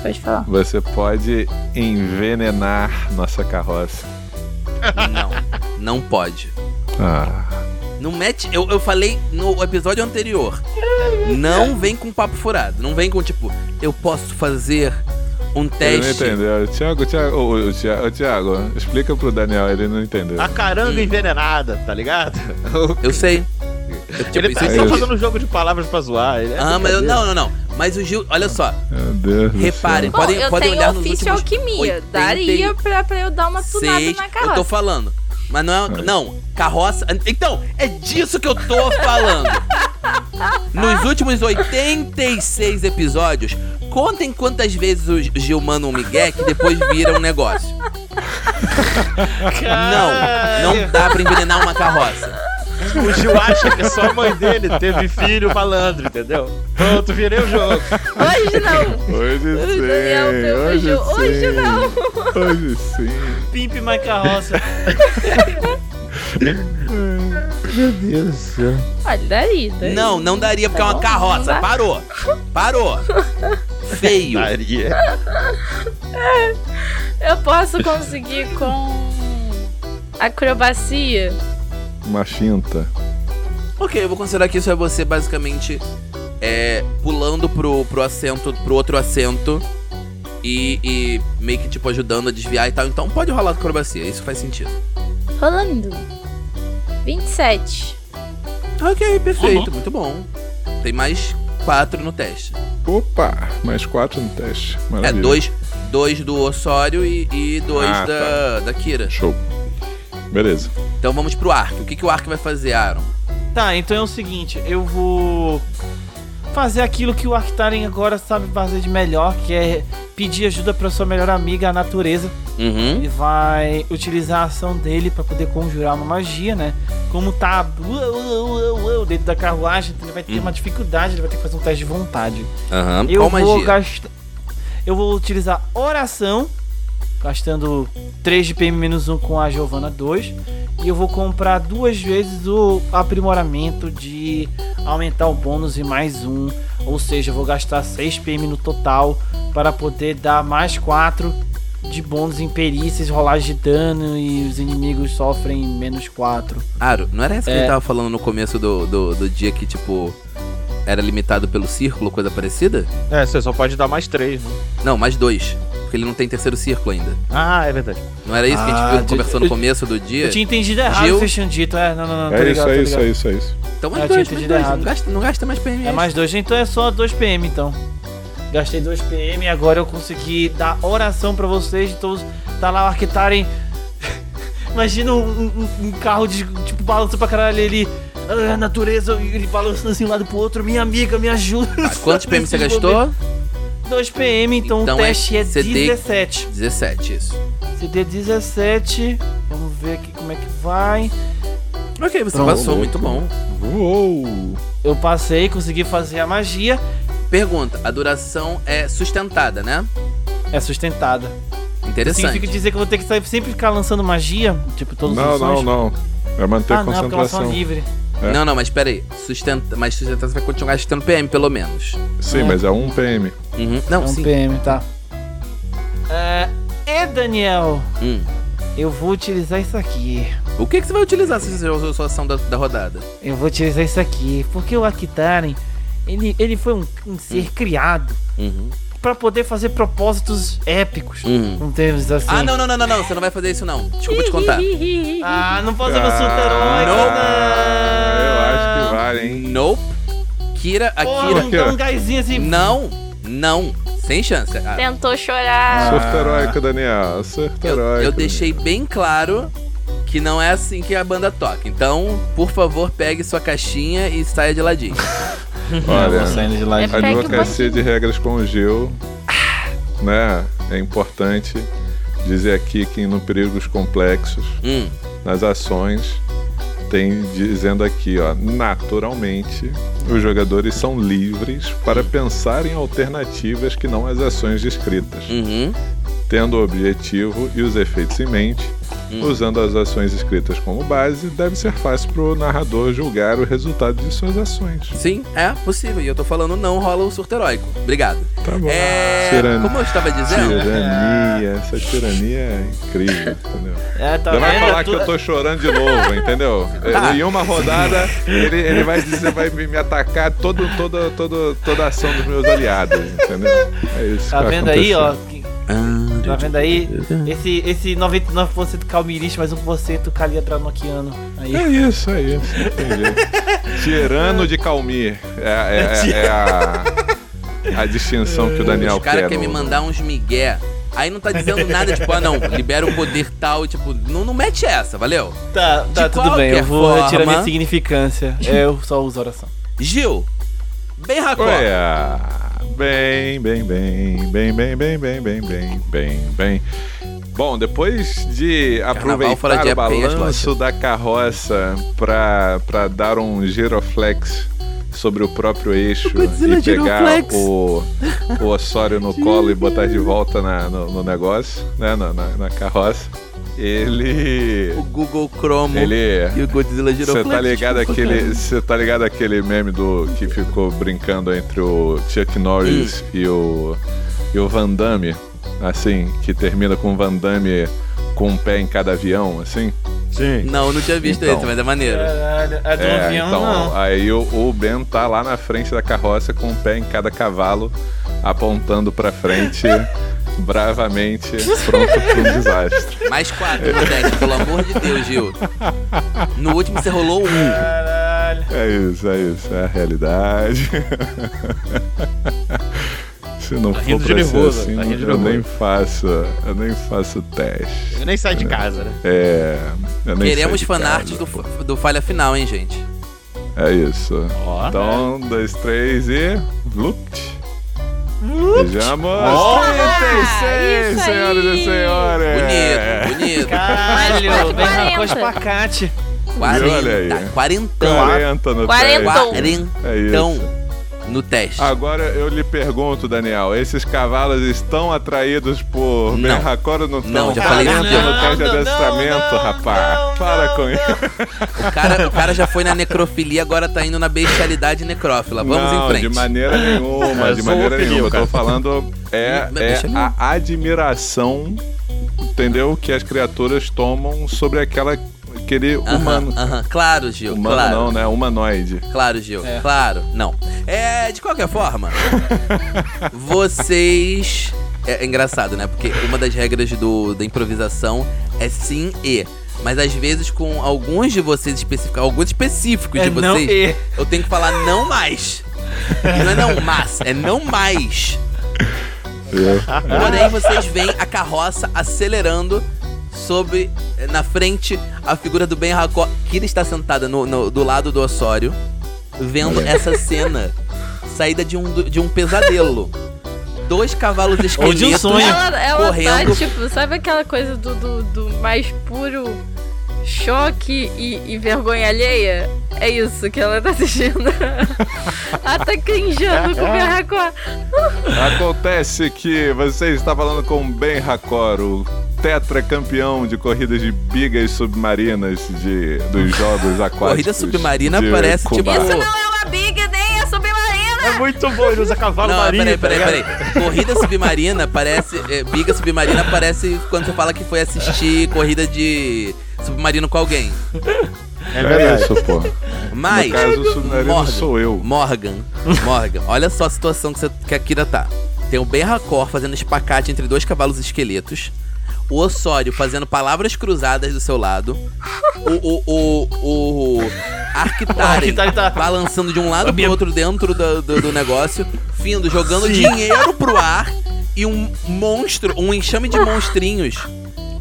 Pode falar. Você pode envenenar nossa carroça. Não, não pode. Ah, Não mete. Eu, eu falei no episódio anterior. Não vem com papo furado. Não vem com, tipo, eu posso fazer um ele não teste. entendeu. Tiago, Tiago, o, o, Tiago, explica pro Daniel, ele não entendeu. A caranga Hum. envenenada, tá ligado? Eu sei. Eu, tipo, ele isso tá eu só sei. fazendo um jogo de palavras pra zoar. Ele é Ah, mas eu, brincadeira. não, não, não. Mas o Gil, olha só. Tá Meu Deus. do Reparem, céu. Bom, podem, eu podem tenho olhar nos ofício últimos alquimia. 80 e Daria pra, pra eu dar uma tunada seis, na eu tô carroça. falando. Mas não é. Ai. Não, carroça. Então, é disso que eu tô falando. Nos últimos 86 episódios, contem quantas vezes o Gil manda um migué que depois vira um negócio. Não, não dá pra envenenar uma carroça. O Gil acha que é só a mãe dele teve filho malandro, entendeu? Pronto, virei o jogo. Hoje não. Hoje Hoje sim. Daniel, meu Hoje, filho, sim. hoje não. Hoje sim. Pimp my carroça. Meu Deus do céu. Olha, daria, daria. Não, não daria porque é uma Não, não carroça. dá. Parou. Parou. Feio. Eu posso conseguir com acrobacia. uma finta. Ok, eu vou considerar que isso é você basicamente é, pulando pro, pro assento, pro outro assento e, e meio que tipo ajudando a desviar e tal. Então pode rolar acrobacia, isso faz sentido. Rolando. 27. Ok, perfeito, muito bom. Tem mais quatro no teste. Opa! Mais quatro no teste. É, Maravilha. dois, dois do Osório e, e dois Ah, da, da Kira. Show. Beleza. Então vamos pro arco. O que, que o arco vai fazer, Aaron? Tá, então é o seguinte, eu vou fazer aquilo que o Arctaren agora sabe fazer de melhor, que é pedir ajuda pra sua melhor amiga, a natureza. Uhum. Ele vai utilizar a ação dele pra poder conjurar uma magia, né? Como tá uau, uau, uau, uau, dentro da carruagem, então ele vai ter Hum. uma dificuldade, ele vai ter que fazer um teste de vontade. Aham. Eu Qual vou magia? gastar. Eu vou utilizar oração, gastando 3 de PM menos 1 com a Giovanna 2. E eu vou comprar duas vezes o aprimoramento de aumentar o bônus em mais um. Ou seja, eu vou gastar 6 PM no total para poder dar mais 4 de bônus em perícias, rolagem de dano e os inimigos sofrem menos 4. Aro, não era essa que É. ele tava falando no começo do, do, do dia que, tipo, era limitado pelo círculo, coisa parecida? É, você só pode dar mais três, né? Não, mais dois. Porque ele não tem terceiro círculo ainda. Ah, é verdade. Não era isso que a gente Ah, viu de- conversando no eu- começo do dia? Eu tinha entendido Gil? errado o que vocês tinham dito. É, não, não, não. tô É isso, ligado, é tô isso, ligado. é isso, é isso. Então mais eu dois, tinha mais entendido dois. errado. Não gasta, não gasta mais PMS. É mais 2, então é só 2 PM então. Gastei 2 PM e agora eu consegui dar oração pra vocês, então tá lá o Arquitarem. Imagina um, um- um carro de tipo balança pra caralho ele. ah, natureza, ele balançando assim um lado pro outro, minha amiga, me ajuda. Tá, quantos PM você gastou? 2 PM, então, Então o é teste é, CD. 17. 17, isso. CD 17. é Vamos ver aqui como é que vai. Ok, você Pronto. Então, passou, muito bom. Uou! Eu passei, consegui fazer a magia. Pergunta, a duração é sustentada, né? É sustentada. Interessante. Significa Assim, dizer que eu vou ter que sair- sempre ficar lançando magia? Tipo, todos os Não, não, não. É manter Ah, a não, porque elas concentração. são livre. É. Não, não, mas peraí. Sustenta, mas sustentação vai continuar gastando PM, pelo menos. Sim, É. mas é um PM. Uhum. Não, é um sim. PM, tá. É, e Daniel, Hum. eu vou utilizar isso aqui. O que, que você vai utilizar se você usou a sua ação da, da rodada? Eu vou utilizar isso aqui. Porque o Akitaren, ele, ele foi um, um ser Hum. criado Uhum. pra poder fazer propósitos épicos. Uhum. Não temos assim. Ah, não, não, não, não, não. Você não vai fazer isso, não. Desculpa te contar. Ah, não posso ser né? meu Ah, super-herói, não. Ah, eu acho que vale, hein? Nope. Kira, Pô, Akira. não dá um gásinho assim. Não, não. Sem chance. Ah, Tentou chorar. Surto heróico, Daniel. Surto eu, heróico. eu deixei bem claro que não é assim que a banda toca. Então, por favor, pegue sua caixinha e saia de ladinho. Olha, de lá. É a advocacia de regras com o Gil, né? É importante dizer aqui que no Perigos Complexos, Hum. nas ações, tem dizendo aqui, ó, naturalmente, os jogadores são livres para pensar em alternativas que não as ações descritas. Uhum. tendo o objetivo e os efeitos em mente, Hum. usando as ações escritas como base, deve ser fácil para o narrador julgar o resultado de suas ações. Sim, é possível. E eu tô falando, não rola o surto heróico. Obrigado. Tá bom. É. Tirani- Como eu estava dizendo. Tirania, essa tirania é incrível, entendeu? É, tá Ele vai vendo? falar que eu tô chorando de novo, entendeu? Tá. Em uma rodada, ele, ele vai dizer, vai me me atacar todo, todo, todo, toda a ação dos meus aliados, entendeu? É isso. Tá que vai vendo aí, ó? acontecer. que- Ah, Tá vendo aí? Esse, esse 99% calmirista, mais 1% caliatranoquiano. Aí. É isso, é isso. Entendi. Tirano de Calmir. É, é- é- é a, a distinção que o Daniel Os caras quer. querem me no- mandar uns migué. Aí não tá dizendo nada, tipo, ah não, libera o poder tal, tipo, não, não mete essa, valeu? Tá, tá, De tudo bem. qualquer Eu vou retirar forma- minha significância. É, Eu só uso oração. Gil, bem racó. Oi, ah, Bem, bem, bem, bem, bem, bem, bem, bem, bem, bem, bem. Bom, depois de fora aproveitar de o época, é hein, as balanço da carroça pra, pra dar um giroflex sobre o próprio eixo Godzilla e pegar giroflex. o, o Osório no colo e botar de volta na- no, no negócio, né, na, na- na carroça, ele... O Google Chrome Ele... e o Godzilla girou Você tá Flex, ligado desculpa, aquele, você tá ligado aquele meme do que ficou brincando entre o Chuck Norris e o e o Van Damme, assim, que termina com o Van Damme com um pé em cada avião, assim? cara. Sim. Não, não tinha visto Então. esse, mas é maneiro. Caralho, a do É, avião então, não. aí o, o Ben tá lá na frente da carroça com o pé em cada cavalo, apontando pra frente, bravamente, pronto pra um desastre. Mais quatro, não dez, pelo amor de Deus, Gil. No último você rolou um. Caralho. É isso, é isso, é a realidade. Se não for Tá rindo de pra nervoso, ser assim, tá rindo de eu nem nervoso. faço, eu nem faço teste. Eu nem sai de casa, né? É, eu nem Queremos sei de casa, fanarts do, pô. do falha final, hein, gente? É isso. Ó. Então, um, dois, três e. Lupt! Vejamos! Ó. 36, Isso aí. senhoras e senhores! É. Bonito, bonito. Caralho, Quase bem arrancou 40. espacate. olha aí. Quarenta, quarentão. 40 no Quarenta. teste. É Quarentão isso. Ah. no teste. Agora eu lhe pergunto, Daniel, esses cavalos estão atraídos por Não. Ben Hakor ou não estão? Não, já falei isso Caralho, mesmo. no teste de Não, não, adestramento, não, rapaz. não, Para não, com isso. Tá, O cara, o cara já foi na necrofilia, agora tá indo na bestialidade necrófila. Vamos não, em frente. de maneira nenhuma, É de zoofilia, maneira nenhuma. Eu cara. tô falando é, Mas é deixa eu- a admiração, entendeu? Que as criaturas tomam sobre aquela, aquele Aham, humano. aham. Claro, Gil. Humano claro. não, né? Humanoide. Claro, Gil. Claro. Não. É, de qualquer forma, vocês. É, é engraçado, né? Porque uma das regras do, da improvisação é sim e. Mas às vezes, com alguns de vocês específicos, alguns específicos É de não vocês, e. eu tenho que falar não mais. E não é não mas, é não mais. Porém, vocês veem a carroça acelerando sobre, na frente, a figura do Ben Hakor, que ele está sentada no, no- do lado do Osório, vendo É. essa cena saída de um, do- de um pesadelo. Dois cavalos Ou de um esqueletos. sonho. Ela, ela Correndo. tá, tipo, sabe aquela coisa do, do, do mais puro choque e, e vergonha alheia? É isso que ela tá assistindo. ela tá crinjando É, com o Berracó. Acontece que você está falando com Ben Hakor, o tetracampeão de corridas de bigas submarinas de, dos jogos aquáticos. Corrida submarina de parece tipo- Cuba. Isso não é uma big, nem é submarina. É muito bom, ele usa cavalo Não, peraí, marinho. tá peraí, ligado? peraí. Corrida submarina parece. é, biga submarina parece quando você fala que foi assistir corrida de submarino com alguém. É É verdade. isso, pô. Mas. No caso, o submarino Morgan. sou eu. Morgan, Morgan, olha só a situação que, você, que a Kira tá. Tem o Ben Hakor fazendo espacate entre dois cavalos esqueletos. O Osório fazendo palavras cruzadas do seu lado. O, o, o, o Arctaren Arctaren tá- balançando de um lado A minha- pro outro dentro do, do- do negócio. Findo jogando Sim. dinheiro pro ar. E um monstro, um enxame de monstrinhos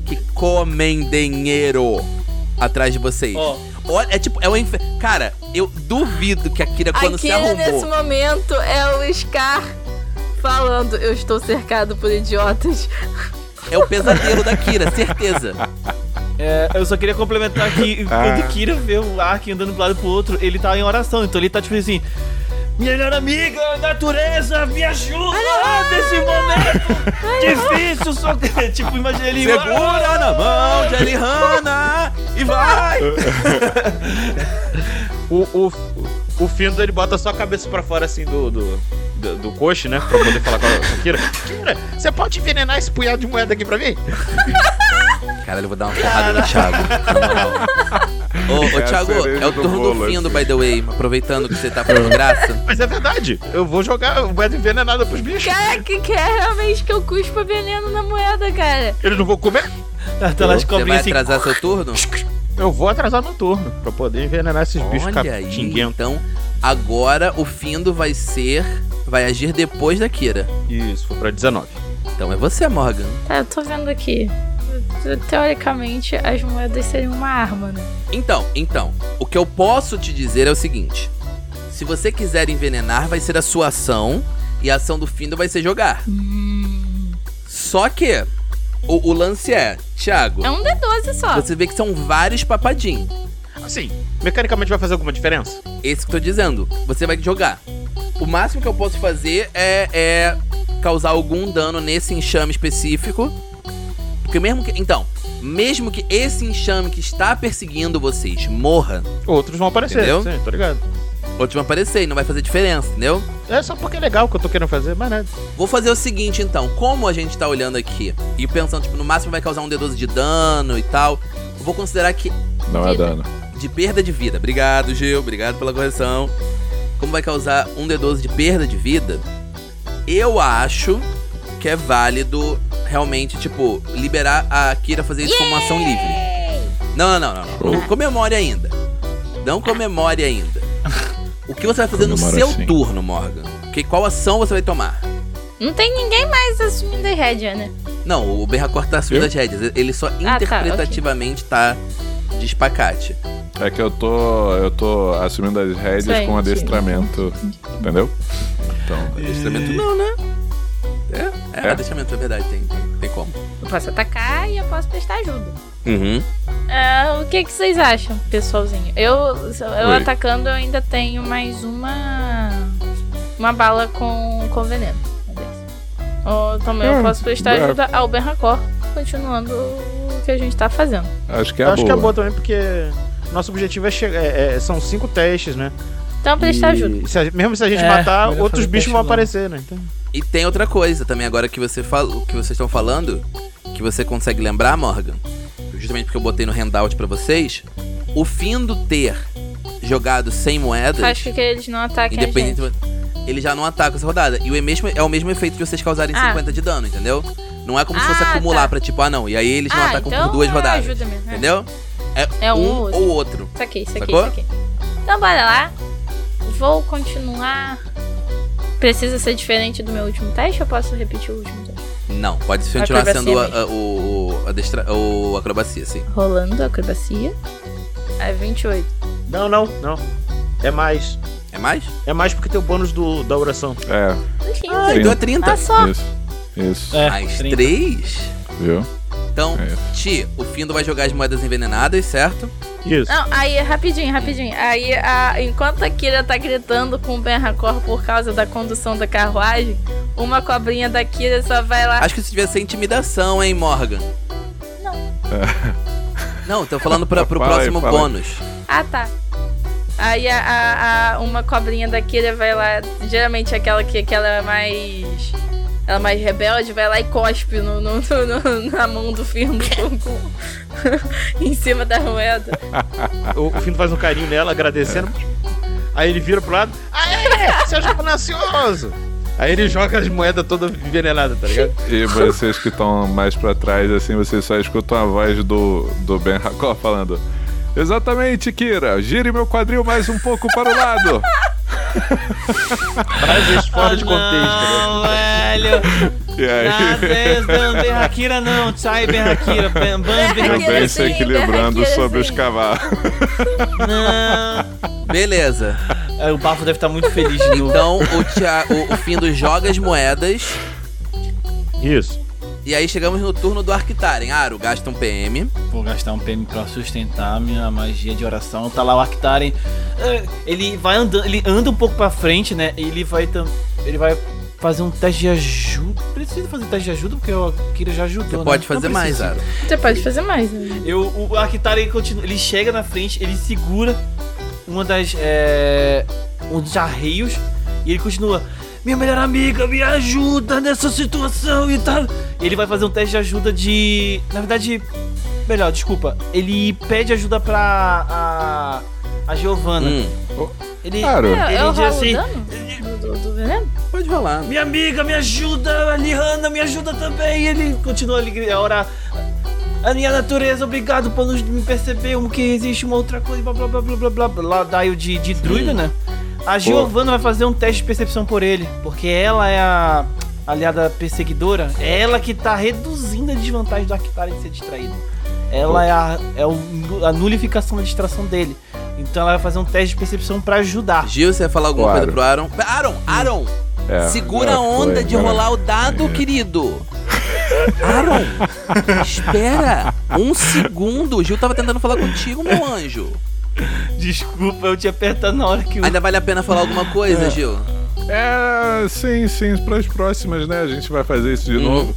que comem dinheiro atrás de vocês. Ó. Olha, é tipo, é um infer... Cara, eu duvido que a Kira, quando se Aqui nesse arrumou. momento é o Scar falando: Eu estou cercado por idiotas. É o pesadelo da Kira, certeza. É, eu só queria complementar que quando Kira vê o Ark andando de um lado pro outro, ele tá em oração. Então ele tá tipo assim: Melhor amiga, natureza, me ajuda nesse momento difícil. Só... tipo, imagina ele. Segura na mão de Alihana e vai! O, o, o Findo, ele bota só a cabeça pra fora, assim, do... do... Do, do coche, né? Pra poder falar com a com a Kira. Kira, você pode envenenar esse punhado de moeda aqui pra mim? Caralho, eu vou dar uma porrada no Thiago. na moral. Ô, ô É a Thiago, cereja é o do turno do bolo, Findo, assim. by the way. Aproveitando que você tá fazendo graça. Mas é verdade. Eu vou jogar moeda envenenada pros bichos. Cara, que quer realmente que eu cuspa veneno na moeda, cara. Eles não vão comer? Tá lá as Você vai cobrinhas assim. atrasar seu turno? Eu vou atrasar meu turno pra poder envenenar esses bichos Olha aí, catinguentos. então agora o Findo vai ser... Vai agir depois da Kira. Isso, foi pra 19. Então é você, Morgan. Tá, eu tô vendo aqui. Teoricamente, as moedas seriam uma arma, né? Então, então, o que eu posso te dizer é o seguinte: se você quiser envenenar, vai ser a sua ação e a ação do Findo vai ser jogar. Só que o, o lance é, Thiago, É um D12 só. você vê que são vários papadinhos. Assim, mecanicamente vai fazer alguma diferença? Esse que eu tô dizendo, você vai jogar. O máximo que eu posso fazer é, é causar algum dano nesse enxame específico. Porque mesmo que. Então, mesmo que esse enxame que está perseguindo vocês morra, Outros vão aparecer, Entendeu? sim, tô ligado. outro vai aparecer e não vai fazer diferença, entendeu? É só porque é legal que eu tô querendo fazer, mas nada. Vou fazer o seguinte então, como a gente tá olhando aqui e pensando, tipo, no máximo vai causar um D12 de dano e tal, Vou considerar que Não é Vida. dano. de perda de vida. Obrigado, Gil. Obrigado pela correção. Como vai causar um D12 de perda de vida, eu acho que é válido realmente, tipo, liberar a Kira fazer isso como uma ação livre. Não, não, não, não. Não Show. comemore ainda. Não comemore ainda. O que você vai fazer Comemora no seu sim. turno, Morgan? Que, qual ação você vai tomar? Não tem ninguém mais assumindo a rédea, né? Não, o Berracor tá assumindo Eu? as rédeas. Ele só tá, interpretativamente tá, de espacate. É que eu tô. Eu tô assumindo as rédeas Sim, com sim. adestramento. Entendeu? Então, Adestramento não, né? É, é, adestramento, é verdade, tem, tem, tem como. Eu posso atacar e eu posso prestar ajuda. Uhum. Ah, o que, que vocês acham, pessoalzinho? Eu, se- eu Oi. atacando, eu ainda tenho mais uma. Uma bala com, com veneno. Ou também eu É, posso prestar é. ajuda ao Berracor, continuando o que a gente tá fazendo. Acho que é Eu a acho boa. que é boa também, porque nosso objetivo é chegar. é- é- são cinco testes, né? Então, prestar ajuda. E se a- mesmo se a gente É, matar, melhor outros fazer bichos teste vão logo. aparecer, né? Então, E tem outra coisa também agora que você falou, que vocês estão falando, que você consegue lembrar, Morgan. Justamente porque eu botei no handout pra vocês, o fim do ter jogado 100 moedas, Faz com que eles não ataquem a gente. independente, ele já não ataca essa rodada. E o mesmo é o mesmo efeito de vocês causarem Ah. 50 de dano, entendeu? Não é como se fosse Ah, acumular tá. pra tipo, ah não, e aí eles não ah, atacam então por duas rodadas. Ajuda mesmo. É. Entendeu? É, É um um, ou outro. ou outro. Saquei, saquei, Sacou? saquei. Então bora lá. Vou continuar. Precisa ser diferente do meu último teste ou posso repetir o último teste? Não, pode continuar Acrobacia sendo a, mesmo. a- o, o, a destra- o acrobacia, sim. Rolando acrobacia. É 28. não, não, não. É mais. É mais? É mais porque tem o bônus do, da oração. Ah, É, Sim. então é 30. Olha Tá só. isso. Isso, É, mais 30. 3? viu? Então, É. Ti, o Findo vai jogar as moedas envenenadas, certo? Isso. Não, aí, rapidinho, rapidinho. Aí, a- enquanto a Kira tá gritando com o Ben Racor por causa da condução da carruagem, uma cobrinha da Kira só vai lá. Acho que isso devia ser intimidação, hein, Morgan? Não, tô falando pra, pro Fala aí, próximo fala aí. bônus. Ah, tá. Aí a, a- a- uma cobrinha da Kira vai lá, geralmente aquela que, que ela é mais. Ela é mais rebelde, vai lá e cospe no, no- no- no- na mão do Firmo com- com- em cima da moeda. O, o Findo faz um carinho nela, agradecendo. Aí ele vira pro lado. Aê! Seu ganancioso! Aí ele joga as moedas todas envenenadas, tá ligado? É, E vocês que estão mais pra trás, assim, vocês só escutam a voz do, do Ben Hakor falando. Exatamente, Kira. Gire meu quadril mais um pouco para o lado. Frases fora de Ah, contexto, tá ligado? Não, velho. E Nada, aí, é, não, Berraquira não. Sai, Berraquira. Ban, ban, o Berraqueira. Berraquira. assim, Ben sim, se equilibrando Berraqueira, sobre os sim. cavalos. Não. Beleza. É, O Bafo deve estar muito feliz de novo. Então, o, Tia, o, o Findo joga as moedas. Isso. E aí chegamos no turno do Arctaren. Aro, gasta um PM. Vou gastar um PM pra sustentar minha magia de oração. Tá lá o Arctaren. Ah, Ele vai andando, ele anda um pouco pra frente, né? Ele vai tam, ele vai fazer um teste de ajuda. Precisa fazer teste de ajuda porque o Akira já ajudou. Você né? pode Não fazer precisa. mais, Aro. Você pode fazer mais, né? Eu, o Arctaren continua, ele chega na frente, ele segura uma das é, um dos arreios e ele continua minha melhor amiga, me ajuda nessa situação e tal. Ele vai fazer um teste de ajuda de, na verdade, melhor, desculpa, ele pede ajuda pra a a Giovana. Hum, Ele Claro. É, é, Eu, eu diz rolo assim- o dano do, do- do veneno? pode rolar. Minha amiga, me ajuda, a Lihana, me ajuda também. E ele continua ali a orar. A minha natureza, obrigado por nos- me perceber como que existe uma outra coisa, blá blá blá blá blá blá blá. Daio de, de druida, né? A Giovanna vai fazer um teste de percepção por ele, porque ela é a aliada perseguidora, é ela que tá reduzindo a desvantagem do Arctara de ser distraído. Ela é, a, é o- a nulificação da distração dele. Então ela vai fazer um teste de percepção pra ajudar. Gil, você vai falar alguma Claro. coisa pro Aaron? Aaron, Aaron, É, segura já a onda foi, de agora- rolar o dado, É. querido. Aaron, espera um segundo. O Gil tava tentando falar contigo, meu anjo. Desculpa, eu te apertar na hora que o. Ainda vale a pena falar alguma coisa, Gil? É, sim, Hum. sim, para as próximas, né? A gente vai fazer isso de Uhum. novo.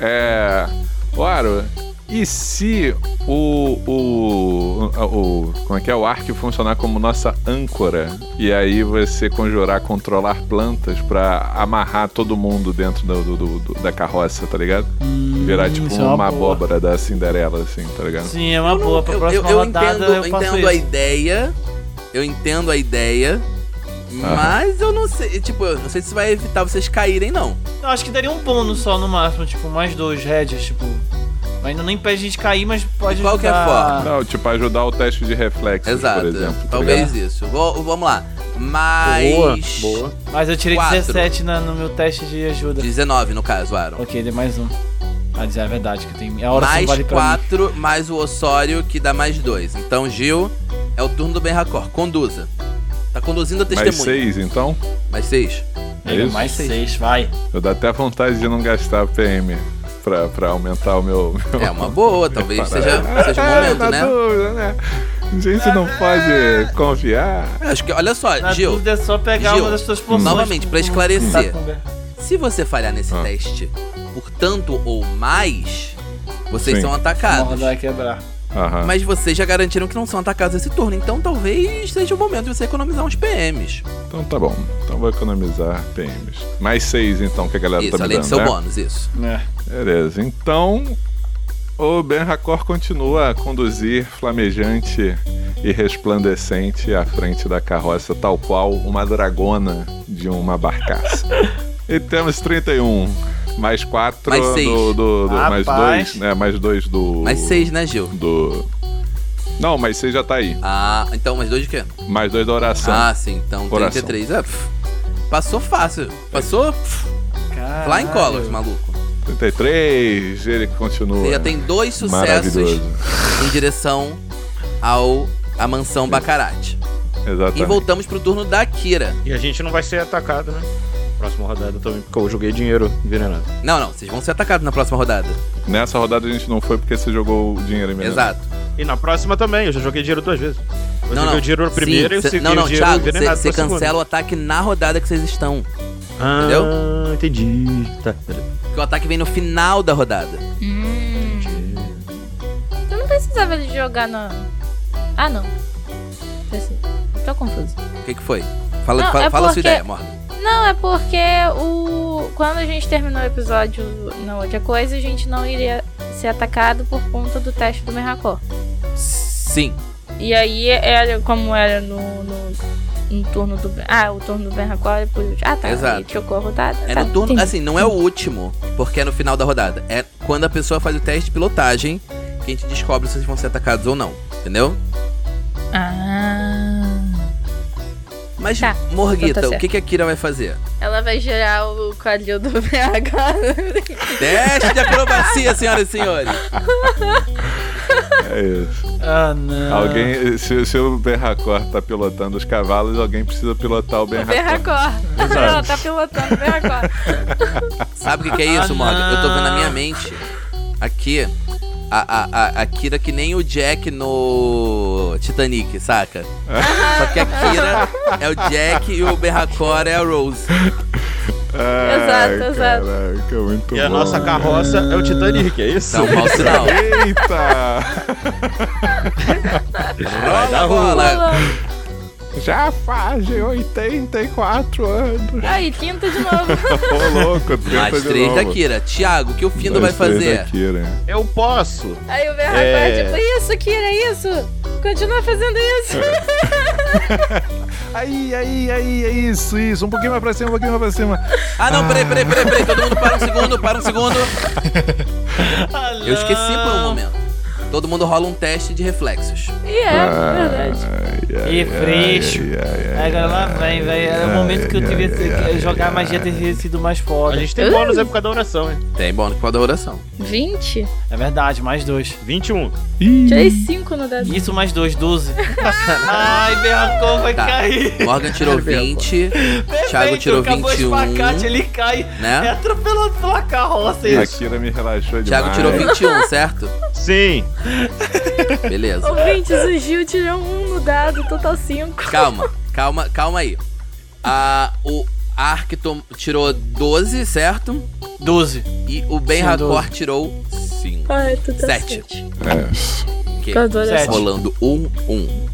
É. Claro, E se o, o, o- Como é que é? O arco funcionar como nossa âncora. E aí você conjurar, controlar plantas pra amarrar todo mundo dentro do- do- do- do- da carroça, tá ligado? Virar tipo isso é uma, uma boa. abóbora da Cinderela, assim, tá ligado? Sim, é uma boa. Pra Eu, próxima eu- eu rodada entendo, eu eu faço entendo a isso. ideia. Eu entendo a ideia. Mas eu não sei, tipo, eu não sei se vai evitar vocês caírem, não. Eu acho que daria um bônus só no máximo, tipo, mais dois rédeas, tipo. Ainda nem impede a gente cair, mas pode De qualquer ajudar. Não, tipo, ajudar o teste de reflexo, por Exato. exemplo. tá Talvez ligado? isso. Vou- vamos lá. Mas. Boa, boa. Mas eu tirei Quatro. 17 na- no meu teste de ajuda. 19, no caso, Aaron. Ok, dei mais um. Ah, dizer a verdade, que tem. A oração Mais vale pra mim. 4, mais o Osório, que dá mais 2. Então, Gil, é o turno do Ben Racor. Conduza. Tá conduzindo a Mais testemunha. seis, então? Mais 6. É Pega isso? mais seis, vai. Eu dou até vontade de não gastar PM pra, pra aumentar o meu. É meu- uma boa, talvez Parada. seja, seja um momento, Na né? dúvida, né? A gente não pode confiar. Tá Acho que, olha só, Na Gil, dúvida é só pegar Gil, uma das suas porções. novamente, pra Hum, esclarecer. tá com- se você falhar nesse Ah. teste por tanto ou mais, vocês Sim. Ah. são Uma atacados. rodada quebrar. Aham. Mas vocês já garantiram que não são atacados esse turno, então talvez seja o momento de você economizar uns PMs. Então tá bom. Então vou economizar PMs. Mais seis então que a galera Isso, tá me além dando, do seu né? bônus, isso. É. Beleza. Então o Ben Racor continua a conduzir flamejante e resplandecente à frente da carroça, tal qual uma dragona de uma barcaça. e temos 31 mais 4 Mais seis. do, do- do- mais Rapaz. 2, né? Mais 2 do Mais seis, né, Gil? do Não, mais 6 já tá aí. Ah, então mais dois de quê? Mais 2 da oração. Ah, sim, então Coração. 33. É, pff, passou fácil. Passou pff, lá em Colors, maluco. 33, ele continua. Você já tem dois né? Maravilhoso. sucessos em direção ao a mansão Bacarate. Exatamente. E voltamos pro turno da Kira. E a gente não vai ser atacado, né? Próxima rodada também, porque eu joguei dinheiro envenenado. Não, não, vocês vão ser atacados na próxima rodada. Nessa rodada a gente não foi porque você jogou o dinheiro em menos. Exato. E na próxima também, eu já joguei dinheiro duas vezes. Não, Eu joguei não. o dinheiro na Sim, primeira e eu cê- segui Não, não, o dinheiro Thiago, envenenado você pra segunda. cancela o ataque na rodada que vocês estão. Ah, entendeu? entendi. Tá, beleza. Porque o ataque vem no final da rodada. Hum, eu não precisava de jogar na. Ah, não. Preciso. Tô confusa. O que, que foi? Fala, Não, fala, é fala a sua porque- ideia, Morgan. Não, é porque o. Quando a gente terminou o episódio na outra coisa, a gente não iria ser atacado por conta do teste do Merracor. Sim. E aí era como era no. no... no turno do. Ben- Ah, o turno do Berracor é por último. Ah, tá. Exato. Aí trocou a rodada. É tá, no turno. entendi. Assim, não é o último, porque é no final da rodada. É quando a pessoa faz o teste de pilotagem que a gente descobre se vocês vão ser atacados ou não. Entendeu? Ah. Mas, Tá, Morguita, então tá o que, que a Kira vai fazer? Ela vai gerar o quadril do BH. Teste de acrobacia, senhoras e senhores. É isso. Ah, não. Alguém, se, se o Berracor tá pilotando os cavalos, alguém precisa pilotar o Berracor. Berracor. Ela tá pilotando o Berracor. Sabe o que, que é isso, Ah, Morgan? Eu tô vendo na minha não. mente. Aqui. A, a, a, a Kira que nem o Jack no Titanic, saca? Só que a Kira é o Jack e o Berracor é a Rose. Ai, Exato, exato. Caraca, muito E a bom. nossa carroça é o Titanic, é isso? Tá um mau sinal. Eita! Vai dar Rola a bola. Já fazem 84 anos. Aí, quinta de novo. Ô, louco, 30 Mais de três da novo. Kira. Tiago, o que o Findo vai Mais três né? da fazer? Kira. Eu posso. Aí o Berracor É. é tipo, isso, Kira, isso. Continua fazendo isso. Aí, aí, aí, é isso, isso. Um pouquinho mais pra cima, um pouquinho mais pra cima. Ah, não, peraí, peraí, peraí, peraí. Todo mundo para um segundo, para um segundo. Ah, Eu esqueci por um não. momento. Todo mundo rola um teste de reflexos. E é, Ah. verdade. E fresco. Agora lá vem, velho. É, Era o momento que eu devia ter- jogar a magia teria sido mais A foda. gente tem bônus aí por causa da oração, hein? Tem bônus pra dar oração. 20? É verdade, mais dois. 21. Tirei 5 no dado. Isso mais dois, 12. Ai, Berracor vai Tá. cair. Morgan tirou 20, Thiago Perfeito, tirou acabou 21. espacate, ele cai. É né? atropelado pela carroça A isso. Kira me relaxou demais. Thiago tirou 21, certo? Sim. Beleza. Ouvintes, o Gil tirou 1 no dado, total 5. Calma, calma, calma aí. Ah, o Ark tom- tirou 12, certo? 12. E o Ben Sim, Racor 12. tirou Cinco. Ai, tu tá Sete. certo. É. Ok. Eu adoro Sete. essa. Rolando um, um.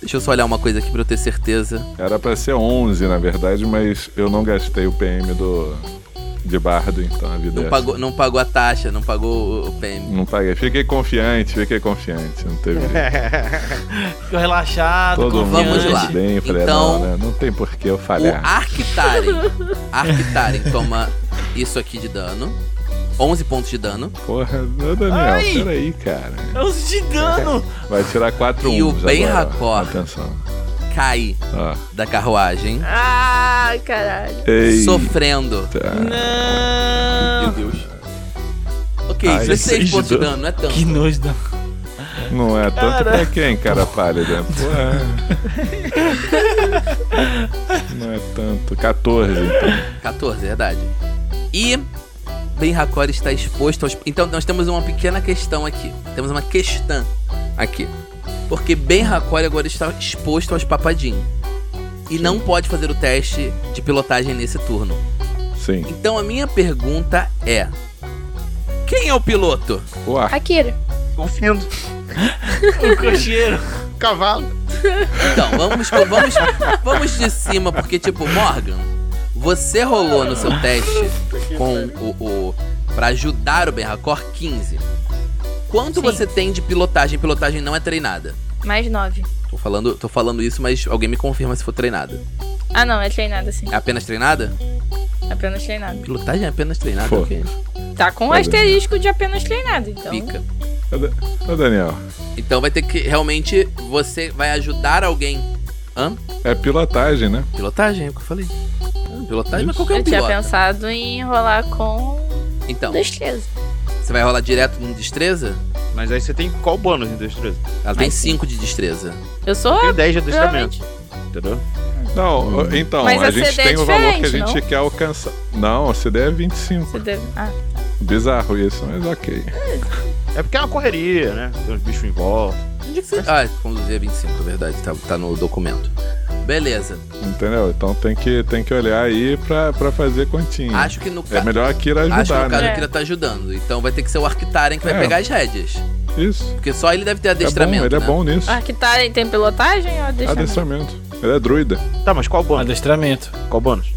Deixa eu só olhar uma coisa aqui pra eu ter certeza. Era pra ser 11, na verdade, mas eu não gastei o PM do de bardo, então a vida é Não essa. pagou, não pagou a taxa, não pagou o- o PM. Não paguei. Fiquei confiante, fiquei confiante. Não teve jeito. Ficou relaxado, Todo mundo Vamos confiante. lá. bem. Eu falei, Então- não, né? Não tem por que eu O falhar. Arctaren. Arctaren toma isso aqui de dano. 11 pontos de dano. Porra, ô Daniel, Ai! peraí, cara. É uns de dano. Vai tirar 4 E o uns Ben agora, ó. Racor. Atenção. Cai Ó. da carruagem. Ah, caralho. Ei. Sofrendo. Ah. Não. Deus. Ok, Ai, 16 seis pontos de de dano, não é tanto. Que nojo da... Não é tanto Cara. pra quem, cara pálida? Porra. Não é tanto. 14, então. 14, é verdade. E Ben Hakor está exposto aos. Então nós temos uma pequena questão aqui. Temos uma questão aqui. Porque Ben Hakor agora está exposto aos papadinhos. E não pode fazer o teste de pilotagem nesse turno. Sim. Então a minha pergunta é: Quem é o piloto? O ar. Akira. Confiando. O cocheiro. Cavalo. Então, vamos, vamos, vamos de cima, porque, tipo, Morgan, você rolou no seu teste com o. o pra ajudar o Ben Hakor 15. Quanto Sim. você tem de pilotagem? Pilotagem não é treinada. Mais nove. Tô falando, tô falando isso, mas alguém me confirma se for treinada. Ah, não, é treinada sim. É apenas treinada? Apenas treinada. Pilotagem é apenas treinada? Pô. Ok. Tá com um Foda. asterisco de apenas treinada, então. Fica. Ô, Daniel, Então vai ter que realmente. Você vai ajudar alguém. Hã? é pilotagem, né? Pilotagem, é o que eu falei. Ah, Pilotagem, mas qualquer um Eu tinha pilota. pensado em enrolar com Então, destreza. você vai rolar direto no destreza? Mas aí você tem qual bônus em destreza? Ela tem 5 de destreza. Eu sou Tem 10 de adestramento, realmente. entendeu? Não, Hum. ô, então, Mas a, a gente CD é tem o valor que a diferente, gente quer alcançar. Não, o CD é 25. Você deve... Ah, Bizarro isso, mas ok. É porque é uma correria, né? Tem uns bichos em volta. Ah, conduzir é 25, é verdade. Tá, tá no documento. Beleza. Entendeu? Então tem que, tem que olhar aí pra, pra fazer continha. Acho que no É caso. melhor a Kira Acho que no ajudar, caso né? o Kira tá ajudando. Então vai ter que ser o Arctaren que vai É. pegar as rédeas. Isso. Porque só ele deve ter É bom, adestramento. ele é né? bom nisso. ah, que tá, tem pilotagem ou adestramento? Adestramento. Ele é druida. Tá, mas qual bônus? Adestramento. Qual bônus?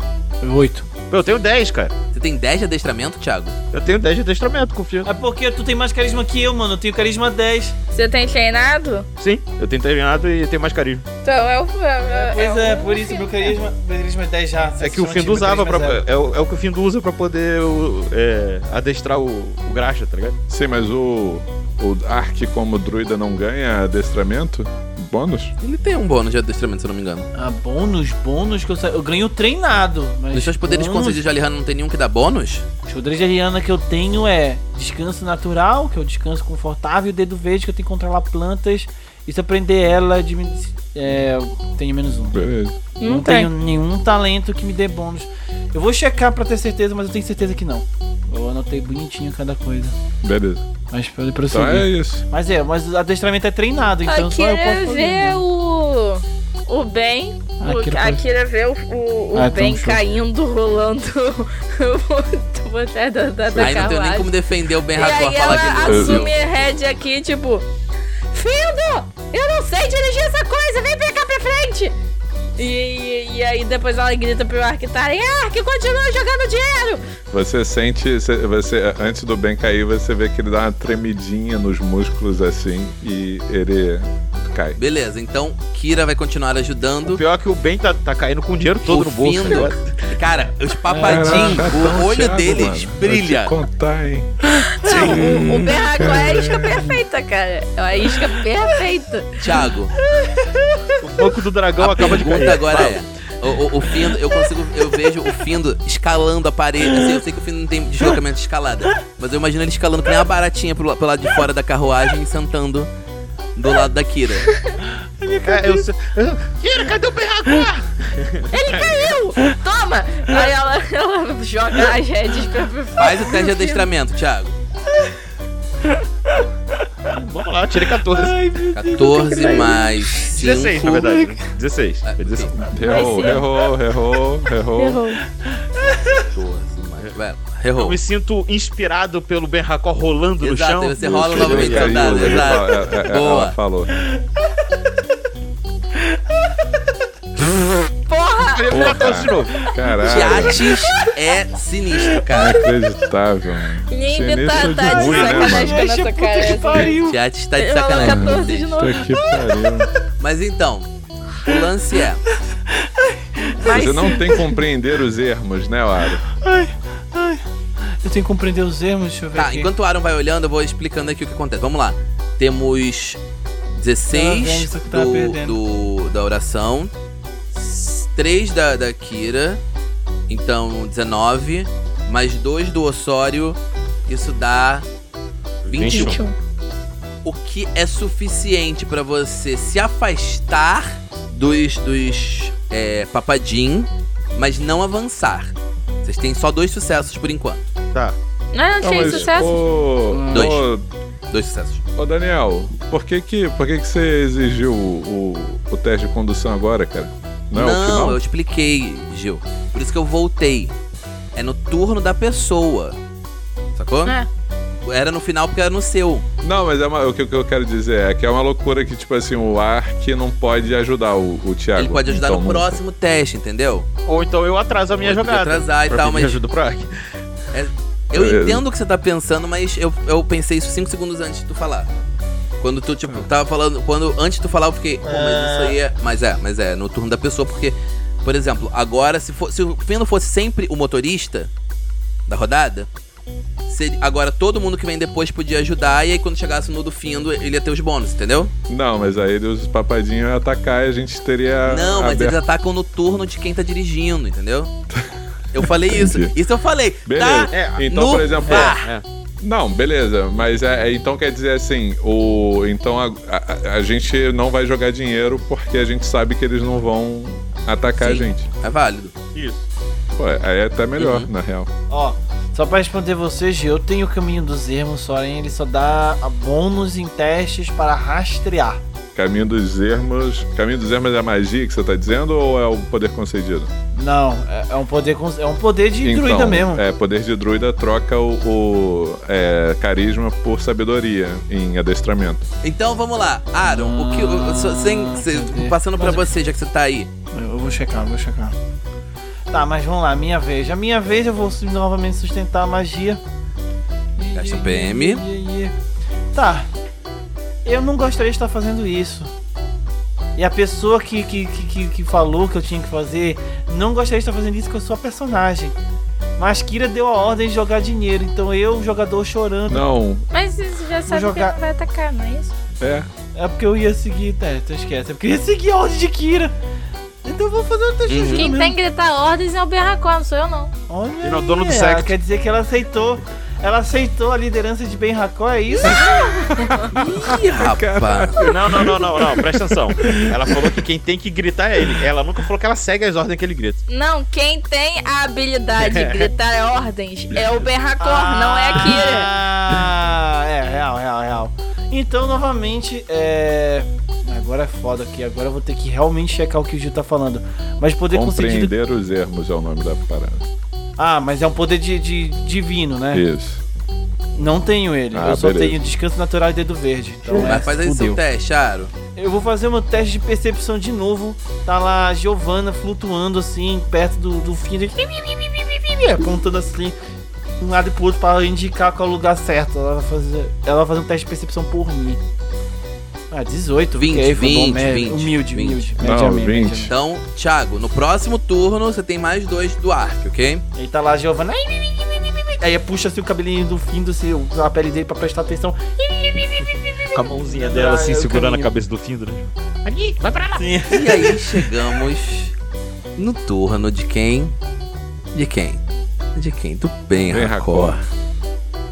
Oito. Eu tenho 10, cara. Você tem 10 de adestramento, Thiago? Eu tenho 10 de adestramento, confio. É porque tu tem mais carisma que eu, mano. Eu tenho carisma 10. Você tem treinado? Sim, eu tenho treinado e tenho mais carisma. Então é o. É, é- Pois é é, o- por isso meu carisma, meu carisma é 10 já. É que o Vocês Findo não tinham usava pra. meu carisma É o, é o que o Findo usa pra poder o- é, adestrar o, o graxa, tá ligado? Sim, mas o, o Ark como druida não ganha adestramento? Bônus? Ele tem um bônus de adestramento, se eu não me engano. zero. Ah, bônus, bônus que eu saio. Eu ganho treinado. Mas Nos seus poderes bônus- concedidos de Alihanna não tem nenhum que dá bônus? Os poderes de Ariana que eu tenho é descanso natural, que é o descanso confortável, e o dedo verde que eu tenho que controlar plantas. E se eu prender ela, dimin- é, eu tenho menos um. Beleza. Não, tem. tenho nenhum talento que me dê bônus. Eu vou checar pra ter certeza, mas eu tenho certeza que não. Eu anotei bonitinho cada coisa. Beleza. Mas pode Então prosseguir. é isso. Mas é, mas o adestramento é treinado, então Akira só eu posso fazer. né? vê é o. O Ben. Ah, o- Akira Akira, pode- vê o, o, o Ah, então Ben show. caindo, rolando por- por trás da, da, da Aí não tem nem carruagem. como defender o Ben E aí Hakor ela falar que ele não ouviu. assume a head aqui, tipo. Findo! Eu não sei dirigir essa coisa, vem pra cá pra frente! E, e- e aí depois ela grita pro Arctaren, Ark, continua jogando dinheiro! Você sente. Você, você- antes do Ben cair, você vê que ele dá uma tremidinha nos músculos assim e ele cai. Beleza, então Kira vai continuar O ajudando. pior é que o Ben tá, tá caindo com o dinheiro todo O no bolso. tá Findo. ligado? Cara, os papadinhos, Caraca, o então, olho Thiago, deles mano, brilha. Vou te contar, hein? Não, o, o berraco é a isca perfeita, cara. É a isca perfeita. Thiago, O banco do dragão a Então acaba de pergunta cair. agora Fala. é. O, o, o Findo, eu consigo, eu vejo o Findo escalando a parede. Assim, eu sei que o Findo não tem deslocamento de escalada, mas eu imagino ele escalando que nem uma baratinha pro, la- pro lado de fora da carruagem e sentando do lado da Kira. É, eu sei- Kira, cadê o Berracor? Eu! Toma! Aí ela, ela joga as redes pra Faz o teste de adestramento, Thiago. Vamos lá, tirei 14. Ai, meu Deus. 14 mais 5. 16, na verdade. 16. Ah, É 16. Errou, sim. errou, errou, errou. Errou. 14 mais. Vai, Eu Errou. me sinto inspirado pelo Ben Hakor rolando no Exato, chão. aí você rola Isso, novamente caiu, soldado, ele exato. fala- é- é- Ela Boa. falou. Porra! Ele Porra. botou de novo. Caralho. Jatis é sinistro, cara. Inacreditável, mano. Ninguém tá, Sinistro tá de ruim, né, sacanagem mano? com a Deixa, nossa puta cara. que assim. pariu. Jatis tá de Ele falou sacanagem com 14 de vocês. novo. Puta que pariu. Mas então, o lance é... Você não tem que compreender os ermos, né, Lara? Ai, ai. Eu tenho que compreender os erros, deixa eu ver. Tá, aqui. enquanto o Aaron vai olhando, eu vou explicando aqui o que acontece. Vamos lá. Temos Tá vendo 16 isso que tá do, perdendo. do- da oração, 3 da, da Kira, então 19, mais 2 do Osório, isso dá 21. 21. O que é suficiente pra você se afastar dos, dos é, papadim, mas não avançar. Vocês têm só dois sucessos por enquanto. Tá. Ah, achei sucesso. Ô, Hum. Dois. ô, Dois sucessos. ô, Daniel, por que que, por que que você exigiu o, o, o teste de condução agora, cara? Não, é o Não, final? eu expliquei, Gil. Por isso que eu voltei. É no turno da pessoa. Sacou? É. Era no final porque era no seu. Não, mas é uma- o que o que eu quero dizer é que é uma loucura que, tipo assim, o Ark não pode ajudar o, o Thiago. Ele pode ajudar Então, no não- próximo teste, entendeu? Ou então eu atraso a minha Ou tu quer jogada. atrasar e pra tal, pedir mas- ajuda pro Ark. Eu Beleza. entendo o que você tá pensando, mas eu, eu pensei isso cinco segundos antes de tu falar. Quando tu, tipo, Ah. tava falando. Quando antes de tu falar, eu fiquei, pô, mas isso aí é. Mas é, mas é, no turno da pessoa, porque, por exemplo, agora, se, for, se o Fino fosse sempre o motorista da rodada, seria- agora todo mundo que vem depois podia ajudar, e aí quando chegasse no do Findo, ele ia ter os bônus, entendeu? Não, mas aí ele usa os papadinhos ia atacar e a gente teria. Não, mas Ah, aberto- eles atacam no turno de quem tá dirigindo, entendeu? Eu falei isso. Entendi. Isso eu falei. Beleza. Tá É, Então, no por exemplo. VAR. é. Não, beleza. Mas é, é- então quer dizer assim, o. Então a, a- a gente não vai jogar dinheiro porque a gente sabe que eles não vão atacar a Sim. gente. É válido. Isso. Pô, aí é até melhor, Uhum. na real. Ó, só pra responder vocês, eu tenho o caminho dos ermos, Soren, ele só dá bônus em testes para rastrear. Caminho dos ermos. Caminho dos ermos é a magia que você tá dizendo ou é o poder concedido? Não, é, é um poder cons- é um poder de druida mesmo. É, poder de druida troca o, o, é, carisma por sabedoria em adestramento. Então vamos lá, Aaron, o que o- so- sem, se- entendi. passando pra Mas- você, já que você tá aí. Eu vou checar, vou checar. Tá, mas vamos lá, minha vez. A minha vez eu vou su- novamente sustentar a magia. Gasta um PM. Tá. Eu não gostaria de estar fazendo isso. E a pessoa que, que, que, que- que falou que eu tinha que fazer não gostaria de estar fazendo isso com a sua personagem. Mas Kira deu a ordem de jogar dinheiro, então eu, jogador, chorando. Não, Mas você já sabe jogar- que ele vai atacar, não é isso? é. É porque eu ia seguir. Tá, então esquece. Eu queria seguir a ordem de Kira. Então eu vou fazer o teste de Uhum. ajuda Quem mesmo. tem que gritar ordens é o Berracó, não sou eu não. Olha E não é o dono do aí, sexo. ela Quer dizer que ela aceitou. Ela aceitou a liderança de Ben Hakor, é isso? Ih, rapaz. Não, não, não, não, não, presta atenção. Ela falou que quem tem que gritar é ele. Ela nunca falou que ela segue as ordens que ele grita. Não, quem tem a habilidade de gritar ordens é o Berracó, não é a Kira. Ah, é, real, real, real. Então, novamente, é. Agora é foda aqui. Agora eu vou ter que realmente checar o que o Gil tá falando. Mas poder concedido. Compreender os ermos é o nome da parada. Ah, mas é um poder de, de- divino, né? Isso. Não tenho ele. Ah, eu só beleza. tenho descanso natural e dedo verde. Então, é, Mas faz aí seu fudeu. teste, Aaron. Eu vou fazer meu teste de percepção de novo. Tá lá a Giovanna flutuando assim, perto do, do fim de... apontando assim, de um lado e pro outro pra indicar qual é o lugar certo. Ela vai fazer, ela vai fazer um teste de percepção por mim. Ah, 18, 20, porque aí foi bom 20, médio. 20, humilde, 20. humilde. Não, média média 20. média. Então, Thiago, no próximo turno você tem mais dois do arco, ok? Aí tá lá a Giovanna. Aí puxa assim o cabelinho do fim do seu, a pele dele pra prestar atenção. Com a mãozinha Ah, dela assim, é o segurando a caminho. cabeça do Findo, né? Aqui, vai pra lá. E aí chegamos no turno de quem? De quem? De quem? Do Ben Ben Racor. Racor.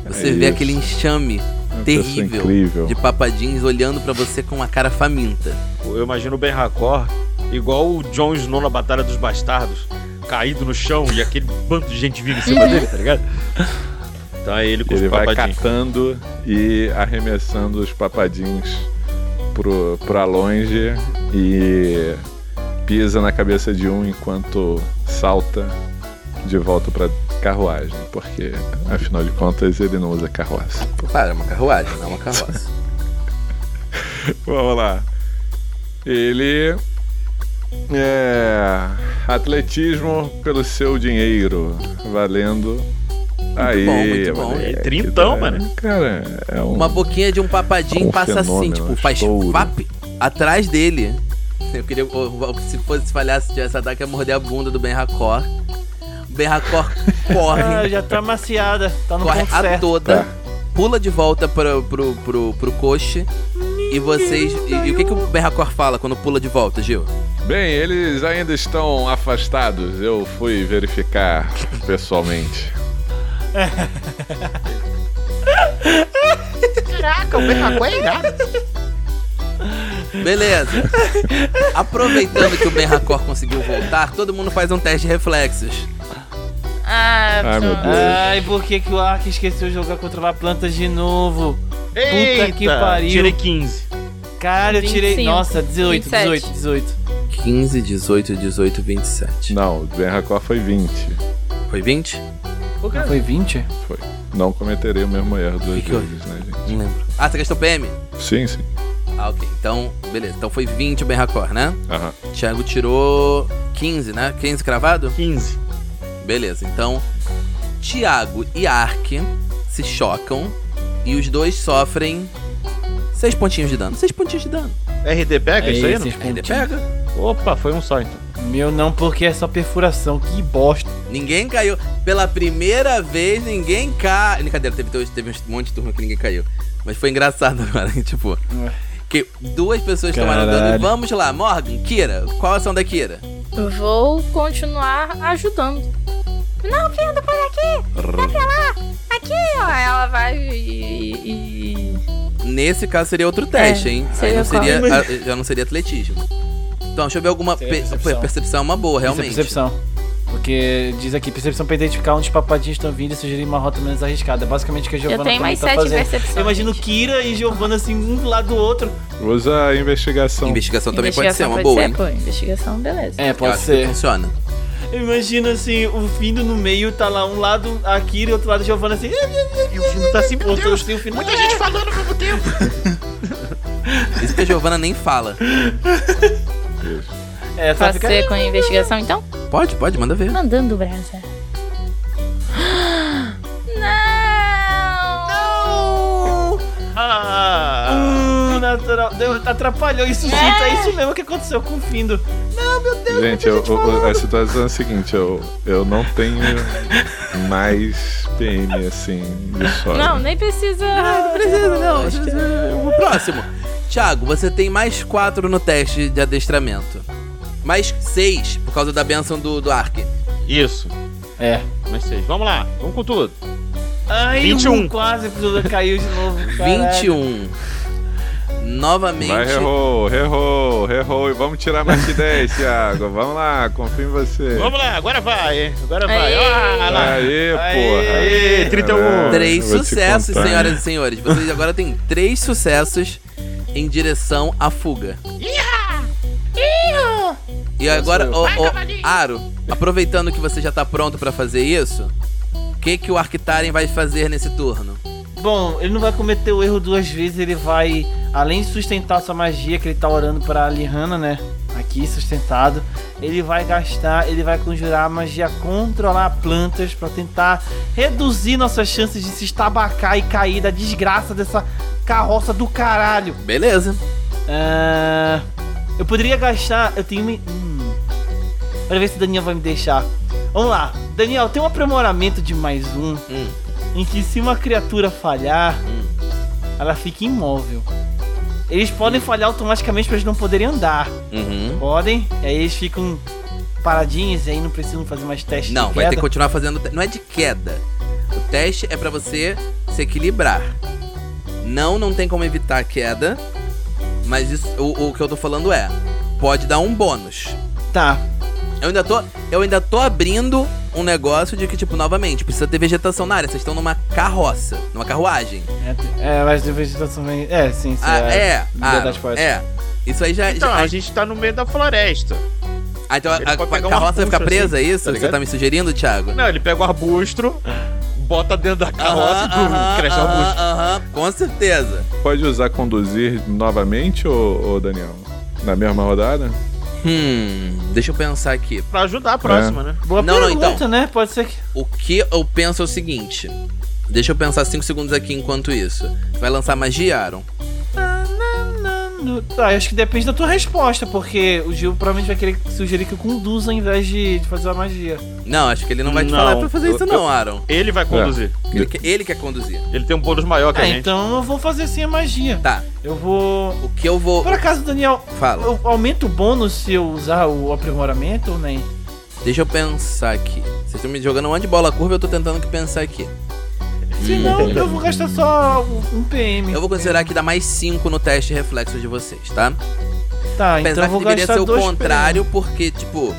Você É vê isso. aquele enxame Uma pessoa terrível incrível. de papadins olhando pra você com uma cara faminta. Eu imagino o Ben Hakor igual o Jon Snow na Batalha dos Bastardos, caído no chão e aquele bando de gente vindo em cima dele, tá ligado? Então é ele com Ele os vai papadinhos. catando e arremessando os papadinhos pro, pra longe e pisa na cabeça de um enquanto salta de volta pra carruagem, porque afinal de contas ele não usa carroça. Claro, é uma carruagem, não é uma carroça. Vamos lá. Ele. É. Atletismo pelo seu dinheiro. Valendo. Aí, bom, muito bom. moleque, É trintão, né? mano. Cara, é um. Uma boquinha de um papadinho Um passa assim, fenômeno, tipo, faz estouro. pap atrás dele. Eu queria, eu- se fosse se falhasse tivesse ataque, eu ia morder a bunda do Ben Racor. O Ben Racor Ah, corre, já tá maciada, tá no corre ponto a certo. toda, Tá. pula de volta pro, pro, pro, pro coche. E vocês. E, e o que, que o Ben Racor fala quando pula de volta, Gil? Bem, eles ainda estão afastados. Eu fui verificar pessoalmente. Caraca, o Berracó é irado. Beleza. Aproveitando que o Ben Racor conseguiu voltar, todo mundo faz um teste de reflexos. Ah, Ai, meu Deus. Ai, por que, que o Ark esqueceu de jogar controlar plantas de novo? Eita, que pariu. Tirei 15. Cara, eu tirei. 25, Nossa, 18, 27. 18, 18. 15, 18, 18, 27. Não, o Ben Racor foi 20. Foi 20? Não foi 20? É Não cometerei o mesmo erro duas Que que vezes, né, gente? Não lembro. Ah, você gastou PM? Sim, sim. Ah, ok. Então, beleza. Então foi 20 o Ben Racor, né? Aham. Thiago tirou 15, né? 15 cravado? 15. Beleza. Então, Thiago e Ark se chocam e os dois sofrem 6 pontinhos de dano. 6 pontinhos de dano. RT pega É isso aí, não? esses Ainda pontinhos. pega. Opa, foi um só então. Meu não, porque é só perfuração. Que bosta. Ninguém caiu. Pela primeira vez, ninguém cai. Brincadeira, teve, dois- teve um monte de turma que ninguém caiu. Mas foi engraçado agora, hein? tipo. Que duas pessoas tomaram dano. E Caralho. vamos lá, Morgan, Kira, qual a ação da Kira? Vou continuar ajudando. Não, Fernando, por aqui! Vai pra lá! Aqui, ó! Ela vai e. e- e- Nesse caso seria outro teste, hein? Aí seria não qual? É, seria, a- já não seria atletismo. Então, deixa eu ver alguma. Seria pe- percepção. percepção. é uma boa, Isso é realmente. percepção. Porque diz aqui, percepção pra identificar onde os papadinhos estão vindo e sugerir uma rota menos arriscada. É basicamente o que a Giovanna Eu tenho também mais tá 7 fazendo. percepções. Eu imagino Kira e Giovanna assim, um do lado do outro. Usa a investigação. Então Investigação também pode ser uma boa, hein? pô, investigação, beleza. É, Eu pode acho que ser. funciona. Eu imagino assim, o Findo no meio, tá lá um lado a Kira e outro lado a Giovanna assim. E o filme tá assim, meu Outro Deus, assim, o Findo. muita gente falando ao mesmo tempo. Isso que a Giovana nem fala. Isso. É, só Pode fica. ser com a investigação, então? Pode, pode, manda ver. Mandando brasa. Não! Ah, Hum, natural. Deu- Atrapalhou isso, sim. É isso mesmo que aconteceu com o Findo. Gente, eu- eu- eu- a situação é a seguinte: eu, eu não tenho mais PM assim de sorte. Não, nem precisa. Não precisa, não. é O próximo. Thiago, você tem mais 4 no teste de adestramento. Mais 6 por causa da benção do, do Ark. Isso. É. Mas seis. Vamos lá, vamos com tudo. Ai, 21. um quase tudo caiu de novo. caralho. 21. Vai, Novamente. errou, errou, errou. E vamos tirar mais que 10, Thiago. Vamos lá, confio em você. Vamos lá, agora vai, hein? Agora vai. Aê. É. Ah, lá. Aê, porra. Aê, 31. É, Três eu vou te sucessos, contar. senhoras e senhores. Vocês agora têm três sucessos em direção à fuga. E agora, sou o, Aro, aproveitando que você já tá pronto pra fazer isso, o que, que o Arctaren vai fazer nesse turno? Bom, ele não vai cometer o erro duas vezes, ele vai, além de sustentar sua magia, que ele tá orando pra Lihana, né? Aqui, sustentado. Ele vai gastar, ele vai conjurar a magia controlar plantas pra tentar reduzir nossas chances de se estabacar e cair da desgraça dessa carroça do caralho. Beleza. Ah, eu poderia gastar. Eu tenho. uma- Hum, pra ver se o Daniel vai me deixar. Vamos lá. Daniel, tem um aprimoramento de mais um. Hum. Em que se uma criatura falhar, ela fica imóvel. Eles podem falhar automaticamente pra eles não poderem andar. Uhum. Podem, e aí eles ficam paradinhos e aí não precisam fazer mais testes. Não, de vai ter que queda. continuar fazendo. te- Não é de queda. O teste é pra você se equilibrar. Não, não tem como evitar a queda. Mas isso, o, o que eu tô falando é: pode dar um bônus. Tá. Eu ainda tô, eu ainda tô abrindo um negócio de que, tipo, novamente, precisa ter vegetação na área. Vocês estão numa carroça, numa carruagem. É, mas de vegetação vem. É, sim, sim. ah, é. ah, verdade, pode. é. Isso aí já. Então, já- a gente tá no meio da floresta. Ah, então a, Ele pode a- a pegar um carroça vai ficar arbusto, presa, é isso? tá que você ligado? tá me sugerindo, Thiago? Não, ele pega o arbusto, bota dentro da carroça Aham, e brum, Ah, aham, cresce o aham, arbusto. aham, com certeza. Pode usar conduzir novamente, ô, ô Daniel? Na mesma rodada? Hum, deixa eu pensar ah. aqui. Pra ajudar a próxima, né? Boa Não, não, pergunta, então. né? Pode ser que. O que eu penso é o seguinte. Deixa eu pensar 5 segundos aqui enquanto isso. Vai lançar magia, Aaron? Tá, acho que depende da tua resposta, porque o Gil provavelmente vai querer sugerir que eu conduza ao invés de de fazer a magia. Não, acho que ele não vai te Não, falar pra fazer eu- isso, eu- não, Aaron. Ele vai conduzir. Ele, que- ele quer conduzir. Ele tem um bônus maior que Ah, a gente. então eu vou fazer sem a magia. Tá, Eu vou. o que eu vou. Por acaso, Daniel, Fala. eu aumento o bônus se eu usar o aprimoramento ou nem? Deixa eu pensar aqui. Vocês estão me jogando um monte de bola curva, eu tô tentando que pensar aqui. Se Hum. não, eu vou gastar só um um PM. Eu vou considerar que dá mais 5 no teste reflexo de vocês, tá? Tá, então Apesar eu vou que deveria gastar ser o dois contrário, porque, tipo,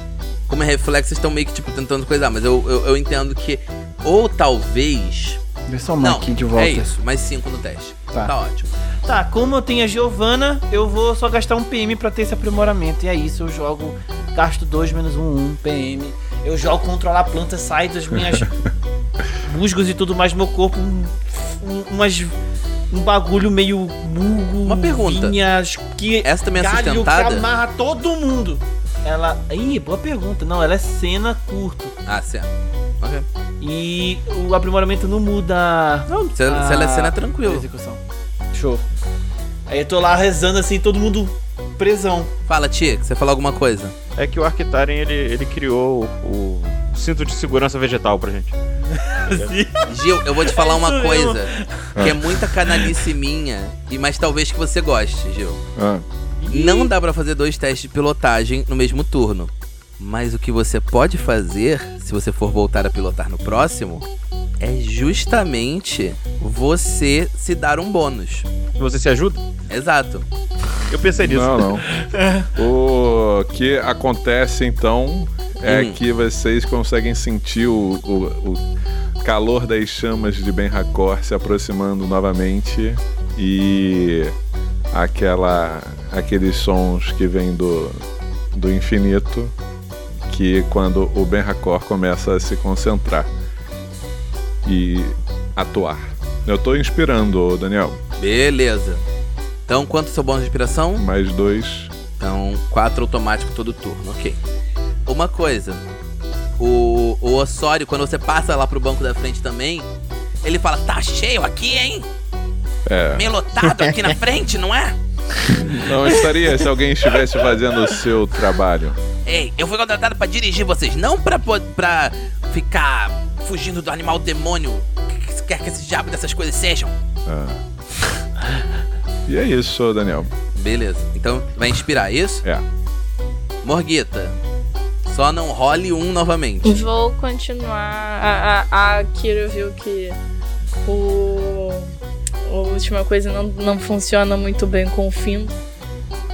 como é reflexo, vocês estão meio que, tipo, tentando coisar. Mas eu, eu, eu entendo que. Ou talvez. PM. Deixa eu somar Não, aqui de volta. é isso. Mais 5 no teste. Tá. Tá ótimo. Tá, como eu tenho a Giovanna, eu vou só gastar um PM pra ter esse aprimoramento. E é isso, eu jogo, gasto 2 menos 1, um, 1 PM. Eu jogo controlar a planta, sai das minhas musgos e tudo mais do meu corpo, um, um- umas, um bagulho meio murgo, Uma pergunta. vinhas, que Essa também é galho que sustentada? amarra todo mundo. Ela. Ih, boa pergunta. Não, ela é cena curto. Ah, certo. Ok. E o aprimoramento não muda Não, se, ela- Ah, se ela é cena, é tranquilo. Execução. Show. Aí eu tô lá rezando assim, todo mundo presão. Fala, tia, que você falou alguma coisa. É que o Arctaren, ele, ele criou o, o cinto de segurança vegetal pra gente. Assim. Gil, eu vou te falar uma É isso mesmo. coisa. Que é muita canalice minha, e mas talvez que você goste, Gil. Ah, Não dá pra fazer dois testes de pilotagem no mesmo turno. Mas o que você pode fazer, se você for voltar a pilotar no próximo, é justamente você se dar um bônus. Você se ajuda? Exato. Eu pensei nisso. não, não. O que acontece então é Hum. que vocês conseguem sentir o, o- o calor das chamas de Ben Hakor se aproximando novamente e aquela, aqueles sons que vêm do, do infinito que quando o Ben Hakor começa a se concentrar e atuar. Eu tô inspirando, Daniel. Beleza. Então, quanto é o seu bônus de inspiração? Mais dois. Então, quatro automático todo turno, ok. Uma coisa, o, o Osório, quando você passa lá pro banco da frente também, ele fala, tá cheio aqui, hein? É. Meio lotado aqui na frente, não é? Não estaria se alguém estivesse fazendo o seu trabalho. Ei, eu fui contratado pra dirigir vocês, não pra, po- pra ficar fugindo do animal demônio, que- que- quer que esse diabo dessas coisas sejam. E é isso, Daniel. Beleza, então vai inspirar isso? É. Morguita, só não role um novamente. Vou continuar. A, a, a Kiro viu que o. A última coisa não, não funciona muito bem com o Fino.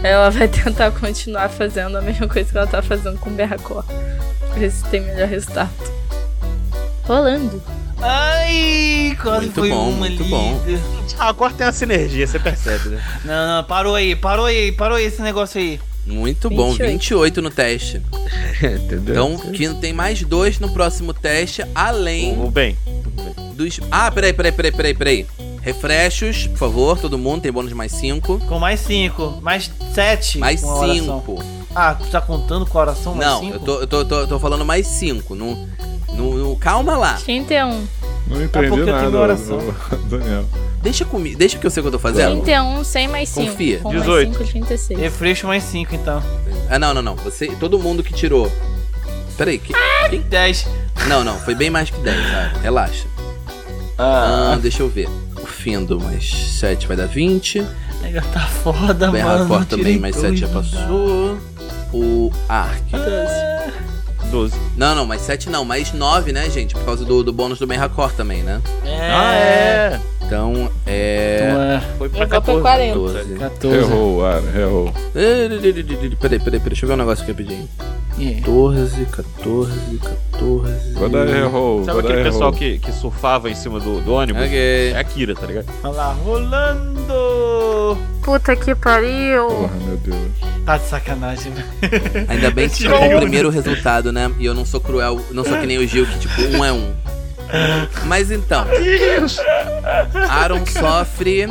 Ela vai tentar continuar fazendo a mesma coisa que ela tá fazendo com o Berracor. Ver se tem melhor resultado. Rolando. Ai, quase Muito foi bom, uma muito ali. bom. Ah, Agora tem uma sinergia, você percebe, né? Não, não, parou aí, parou aí, parou aí esse negócio aí. Muito bom, 28. 28 no teste. Entendeu? Então, Kino tem mais dois no próximo teste, além O bem. dos. Ah, peraí, peraí, peraí, peraí, peraí. Refreshos, por favor, todo mundo tem bônus mais cinco. Com mais 5, mais 7. Mais cinco. Ah, tu tá contando com a oração mais Não, 5? eu tô, eu tô, eu tô, eu tô falando mais cinco. No, no, no- calma Ah. lá. 31. Não entendi pouco eu tenho nada, oração. o- o Daniel. Deixa comigo. Deixa que eu sei o que eu tô fazendo. 31, 100 mais 5. Confia. Com 18. mais 5, 36. Refresco mais 5, então. Ah, não, não, não. Você. Todo mundo que tirou. Peraí, que. 10. Não, não, foi bem mais que 10, sabe? Relaxa. Ah, deixa eu ver. O Findo, mais 7 vai dar 20. Nega, tá foda, Bem, mano. Rapport tirei também, mais 7 já dois. passou. O Ark. 12. Não, não, mais 7 não, mais 9, né, gente? Por causa do, do bônus do Ben Racor também, né? É. Ah, é. Então é. Então Foi pra Eu vou pra 14. 40. 12. é 14. Errou, Ara, errou. Peraí, peraí, peraí, deixa eu ver um negócio aqui rapidinho. Yeah. 14, 14, 14. Vou dar errou, Sabe vou dar aquele pessoal errou. que, que surfava em cima do, do ônibus? É Ok. a Kira, tá ligado? Olha lá, rolando! Puta que pariu. Porra, meu Deus. Tá de sacanagem, né? Ainda bem que Tirou ficou o um. primeiro resultado, né? E eu não sou cruel, não sou que nem o Gil, que tipo, um é um. Mas então. Aaron sofre.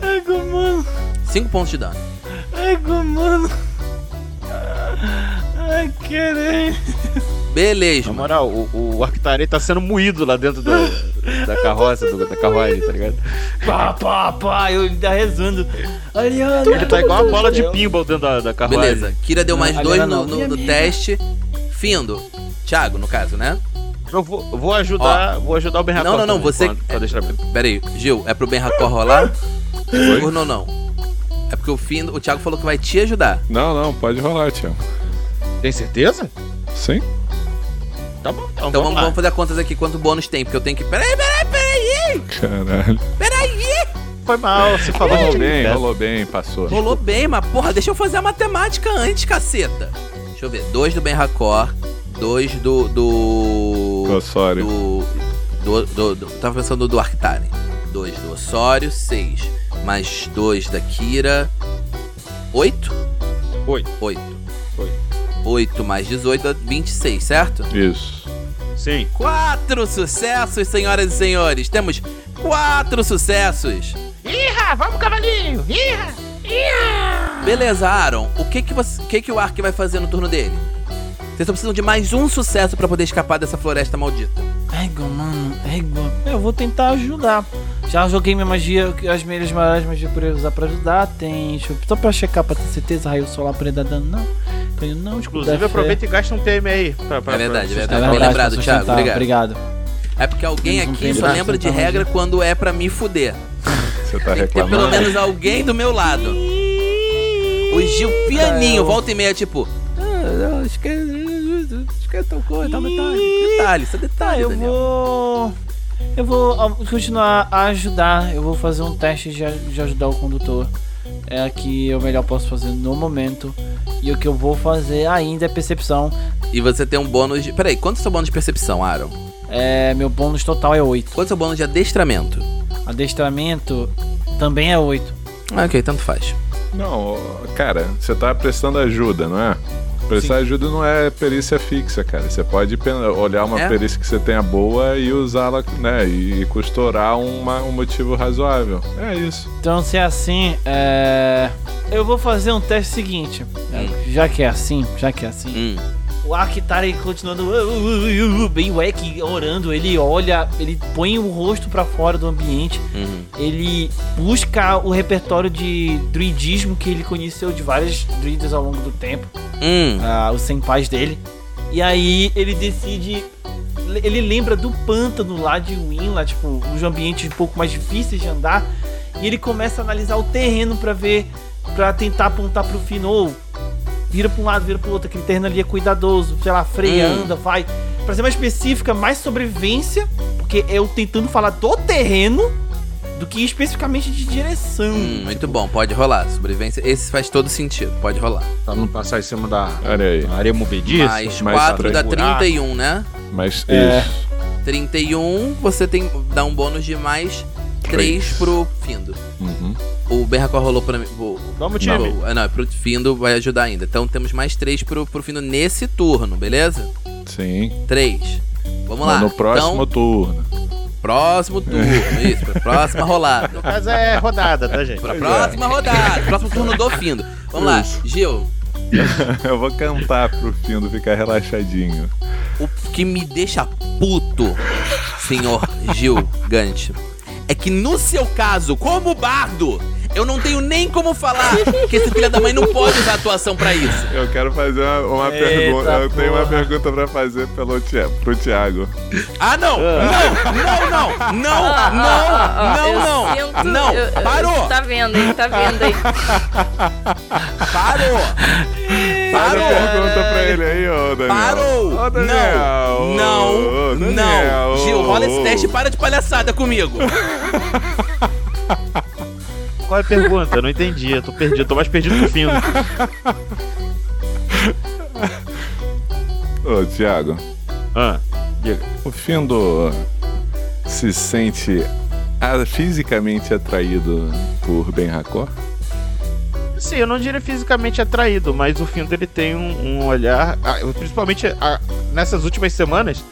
Ego, mano. 5 pontos de dano. Ego, mano. Ai, querer. Na Beleza. mano. moral, o, o Arctarei tá sendo moído lá dentro do, da carroça, do- da carruagem, tá ligado? Pá, pá, pá. Eu tá rezando. né? Ariana. Ah, Ele tá igual a bola de pinho. pinball dentro da, da carruagem. Beleza. Kira deu mais Não, dois no, Adriana não. no- Minha no amiga. teste. Findo. Thiago, no caso, né? Eu vou, vou ajudar, vou ajudar o Ben Não, não, não, você- Pera aí, Gil, é pro Ben Racor rolar? Seguro ou não? É porque o Findo, o Thiago falou que vai te ajudar. Não, não, pode rolar, Tião. Tem certeza? Sim? Tá bom, então, Então vamos, vamos, lá. vamos fazer as contas aqui quanto bônus tem, porque eu tenho que. Peraí, peraí, peraí! Caralho. Peraí! Foi mal, você falou né? Rolou que bem, tinha rolou bem, passou. Rolou bem, mas porra, deixa eu fazer a matemática antes, caceta. Deixa eu ver. Dois do Ben Racor, dois do. do. Oh, Osório. do, do, do, do- Tava pensando do Arctaren. Dois do Osório, seis. Mais dois da Kira. Oito? Oito. Oito. Oito. Oito mais 18 dá 26, certo? Isso. Sim. Quatro sucessos, senhoras e senhores. Temos quatro sucessos. vamos, cavalinho! Beleza, Aaron. O que que você, o que que o Ark vai fazer no turno dele? Vocês só precisam de mais um sucesso pra poder escapar dessa floresta maldita. Ego, mano. Ego. Eu vou tentar ajudar. Já joguei minha magia, as minhas maiores magias por usar pra ajudar. Tem. Deixa eu, só pra checar pra ter certeza, raio solar pra ele dar dano, não. Tenho não, escudo da Inclusive, fé. aproveita e gasta um TM aí. Pra, pra, É verdade, é pra- É verdade. Bem verdade, lembrado, pra Thiago. sustentar. Obrigado. Obrigado. É porque alguém Eles não aqui têm só braço, lembra de então, regra quando é pra me fuder. Você tá Tem que ter pelo reclamando? menos alguém do meu lado. O Gil pianinho, volta e meia, tipo. Ah, esquece, esquece é tal coisa, tal detalhe. Detalhe, isso é Tá, detalhe, eu Daniel. vou. Eu vou ah, continuar a ajudar. Eu vou fazer um teste de, a- de ajudar o condutor. É a que eu melhor posso fazer no momento. E o que eu vou fazer ainda é percepção. E você tem um bônus de. Peraí, quanto é o seu bônus de percepção, Aaron? É, meu bônus total é 8. Quanto é o seu bônus de adestramento? Adestramento também é 8. Ah, ok, tanto faz. Não, cara, você tá prestando ajuda, não é? Prestar ajuda não é perícia fixa, cara. Você pode pe- olhar uma É? perícia que você tenha boa e usá-la, né? E costurar uma- um motivo razoável. É isso. Então, se é assim, é... eu vou fazer um teste seguinte. né? Já que é assim, já que é assim. Hum. O Akitari continuando "Uh, uh, uh, uh", bem wack, orando. Ele olha, ele põe o rosto pra fora do ambiente. Uhum. Ele busca o repertório de druidismo que ele conheceu de vários druidas ao longo do tempo, Hum. ah, os senpais dele. E aí ele decide. Ele lembra do pântano lá de Win, lá, tipo, uns ambientes um pouco mais difíceis de andar. E ele começa a analisar o terreno pra ver, pra tentar apontar pro fino. ou vira pra um lado, vira pro outro, aquele terreno ali é cuidadoso, sei lá, freia, Hum. anda, vai. Pra ser mais específica, mais sobrevivência, porque eu tentando falar do terreno do que especificamente de direção. Hum, muito bom, pode rolar. Sobrevivência, esse faz todo sentido, pode rolar. Pra não passar em cima da Olha aí. Tá. da areia movediça. mais mais 4 dá quatro. 31, né? Mas É. isso. 31, você tem dá um bônus de mais 3 Três. pro Findo. Uhum. O Berracor rolou pra mim. o- Vamos, Não, time. ah, não, é pro Findo vai ajudar ainda. Então temos mais 3 pro, pro Findo nesse turno, beleza? Sim. 3. Vamos lá. Mas no próximo turno. Então, próximo turno, isso, pra próxima rolada. Mas é rodada, tá, gente? Pra próxima rodada, próximo turno do Findo. Vamos lá, Gil. Eu vou cantar pro Findo ficar relaxadinho. O que me deixa puto, senhor Gil Gant, é que no seu caso, como bardo, eu não tenho nem como falar que esse filho da mãe não pode usar atuação pra isso. Eu quero fazer uma, uma Eita, pergunta. Eu tenho uma porra. pergunta pra fazer pelo Thi- pro Thiago. Ah, não! Não, não, não! Ah, ah, ah, Não, não, não! eu sinto- Não! eu- eu- Parou! Tá vendo, hein? Tá vendo, hein? Parou! Faz a Parou! É. pergunta pra ele aí, ô Daniel. Parou! Ô, Daniel. Não! Ô, Não! Daniel. Não! Gil, rola esse teste e para de palhaçada comigo! Qual é a pergunta? Eu não entendi, eu tô perdido, eu tô mais perdido que o fino. Ô, Thiago, Ah, o Findo se sente a- fisicamente atraído por Ben Racor? Sim, eu não diria fisicamente atraído, mas o Findo ele tem um, um olhar, ah, principalmente ah, nessas últimas semanas,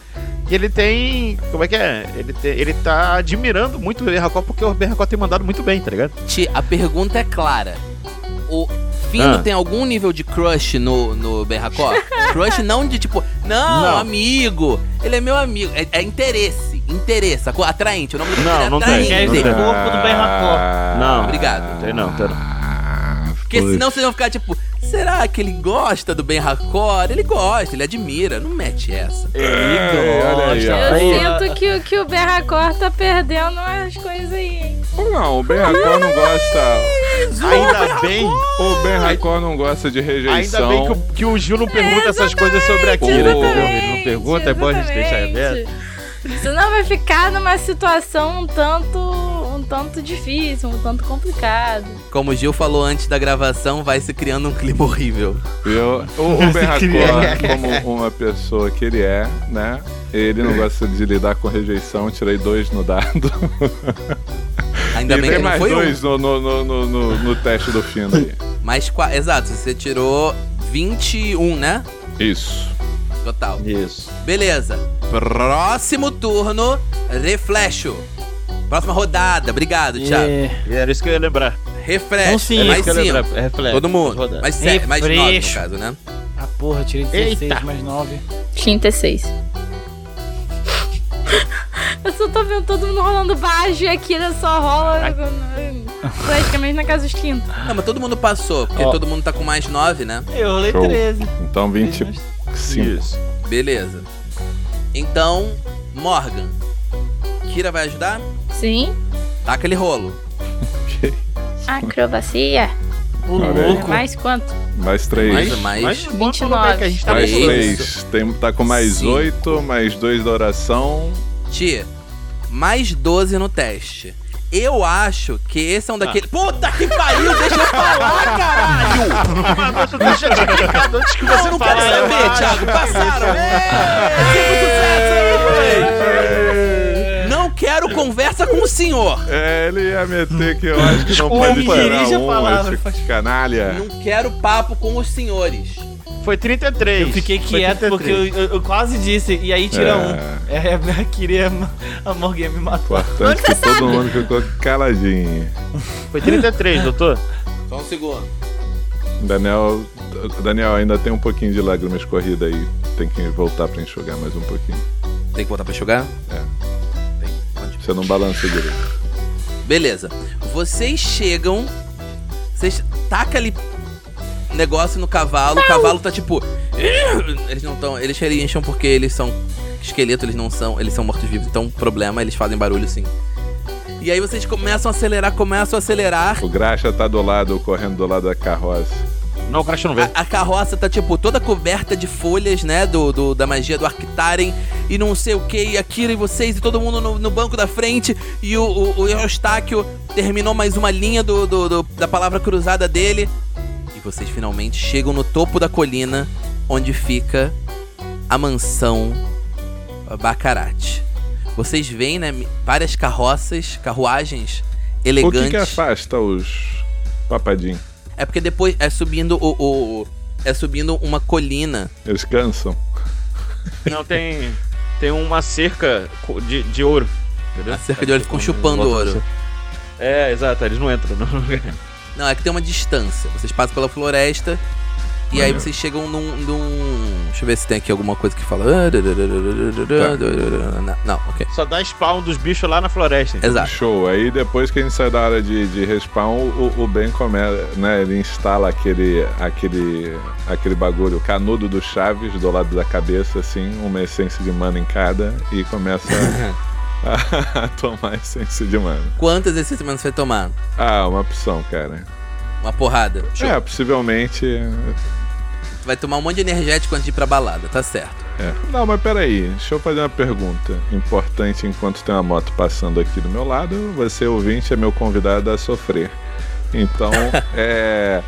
que ele tem, como é que é? Ele, te- ele tá admirando muito o Berracó porque o Berracó tem mandado muito bem, tá ligado? Ti, a pergunta é clara. O Fino Ah. tem algum nível de crush no, no Berracó? crush não de tipo, não, Não. amigo, ele é meu amigo. É, é interesse, interesse, sacou? atraente. O nome do Não, cara é não tem, atraente. não tem. corpo do Ben Racor. Ah. Não. Obrigado. Tem não, tem não. Porque senão vocês vão ficar tipo, será que ele gosta do Ben Racor? Ele gosta, ele admira, não mete essa. É, olha aí, gosta. ó. Eu Boa. sinto que, o- que o Berracor tá perdendo as coisas aí, hein? Não, o Ben Racor não gosta. Ainda bem, O Ben Racor não gosta de ainda rejeição. bem que o, que o Gil não pergunta essas coisas sobre a Kira, entendeu? Ele não pergunta, é bom a gente deixar aberto. aberto. Senão vai ficar numa situação um tanto, um tanto difícil, um tanto complicado. Como o Gil falou antes da gravação, vai se criando um clima horrível. Eu- o o Ben Racor, é. como uma pessoa que ele é, né? Ele não gosta de lidar com rejeição. Tirei dois no dado. Ainda e bem tem que não mais foi um. dois no, no, no, no, no- no teste do Fino aí. Mas, qua- exato, você tirou 21, né? Isso. Total. Isso. Beleza. Próximo turno, reflexo. Próxima rodada. Obrigado, Thiago. É. E era isso que eu ia lembrar. Refresh. Não, sim. mais Isso que eu ia lembrar. cinco. É reflexo. Todo mundo. Rodada. Mais É sete, mais nove, no Refresco. caso, né? Ah, porra, tirei 16 Eita. mais 9. Tinta 6. Eu só tô vendo todo mundo rolando baixo e aqui ele só rola praticamente na casa dos quintos. Não, mas todo mundo passou, porque Ó. todo mundo tá com mais nove, né? Eu rolei Show. 13. Então 25. Isso. Beleza. Então, Morgan. Kira vai ajudar? Sim. Tá aquele rolo. Acrobacia. Ô, Olha aí. louco. Mais quanto? Mais três. Mais, Mais, mais. Mas bom tudo 29. bem que a gente tá Mais gostando. três. três. Tem, tá com mais Cinco. oito, mais dois da oração. Ti, mais 12 no teste. Eu acho que esse é um daqueles. Puta que pariu, deixa eu falar, caralho! Mas tu deixa de clicar antes que você Eu não quero fale. saber, Thiago. Passaram. É, cinco sucessos, hein, gente? Não quero conversa com o senhor. É, ele ia meter que eu acho que não Desculpa, pode me esperar dirige a um, palavra. esse canalha. Não quero papo com os senhores. Foi 33. Eu fiquei Foi quieto 33. porque eu, eu- eu quase disse, e aí tira um. É, a queria a Morgan me matou. Importante que todo mundo ficou caladinho. Foi 33, doutor. Só um segundo. Daniel, Daniel, ainda tem um pouquinho de lágrima escorrida aí. Tem que voltar pra enxugar mais um pouquinho. Tem que voltar pra jogar? Você não balança direito. Beleza. Vocês chegam. Vocês taca ali negócio no cavalo. O cavalo tá tipo. Eles não estão. Eles relincham porque eles são esqueleto, eles não são. Eles são mortos-vivos, então problema, eles fazem barulho sim. E aí vocês começam a acelerar, começam a acelerar. O graxa tá do lado, correndo do lado da carroça. Não, o crash não veio. A, a carroça tá, tipo, toda coberta de folhas, né? Do, do- da magia do Arctaren e não sei o que, e aquilo, e vocês, e todo mundo no, no banco da frente. E o, o, o Eustáquio terminou mais uma linha do, do- do- da palavra cruzada dele. E vocês finalmente chegam no topo da colina, onde fica a mansão Bacarate. Vocês veem, né? Várias carroças, carruagens O elegantes. que, é que afasta os papadinhos? É porque depois é subindo o, o- o- é subindo uma colina. Eles cansam? Não, tem. Tem uma cerca co- de, de ouro. Entendeu? A cerca de ouro ficam chupando Volta ouro. você. É, exato, eles não entram, não. Não, é que tem uma distância. Vocês passam pela floresta e aí vocês chegam num, num- Deixa eu ver se tem aqui alguma coisa que fala. Não, ok. Só dá spawn dos bichos lá na floresta. então. Exato. Show. Aí depois que a gente sai da área de, de respawn, o, o Ben começa, né? Ele instala aquele, aquele, aquele bagulho, o canudo do Chaves do lado da cabeça, assim, uma essência de mana em cada, e começa a, a tomar essência de mana. Quantas esses semanas você vai tomar? Ah, uma opção, cara. Uma porrada. É, possivelmente. Tu vai tomar um monte de energético antes de ir pra balada, tá certo. é. Não, mas peraí, deixa eu fazer uma pergunta importante enquanto tem uma moto passando aqui do meu lado. Você, ouvinte, é meu convidado a sofrer. Então, é.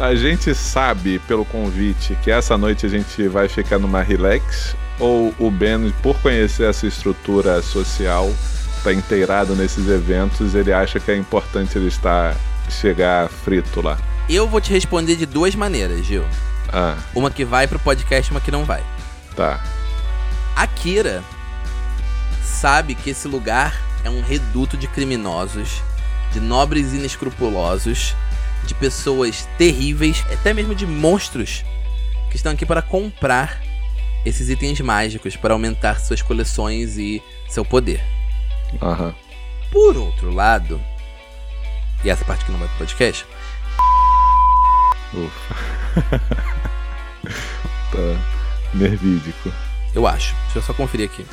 A gente sabe pelo convite que essa noite a gente vai ficar numa relax ou o Ben, por conhecer essa estrutura social, tá inteirado nesses eventos, ele acha que é importante ele estar chegar frito lá. Eu vou te responder de duas maneiras, Gil. Ah, Uma que vai pro podcast, uma que não vai. tá. A Kira sabe que esse lugar é um reduto de criminosos, de nobres inescrupulosos, de pessoas terríveis, até mesmo de monstros que estão aqui para comprar esses itens mágicos para aumentar suas coleções e seu poder. Aham. Por outro lado, e essa parte que não vai pro podcast, Ufa. tá. Nervídico. eu acho. Deixa eu só conferir aqui.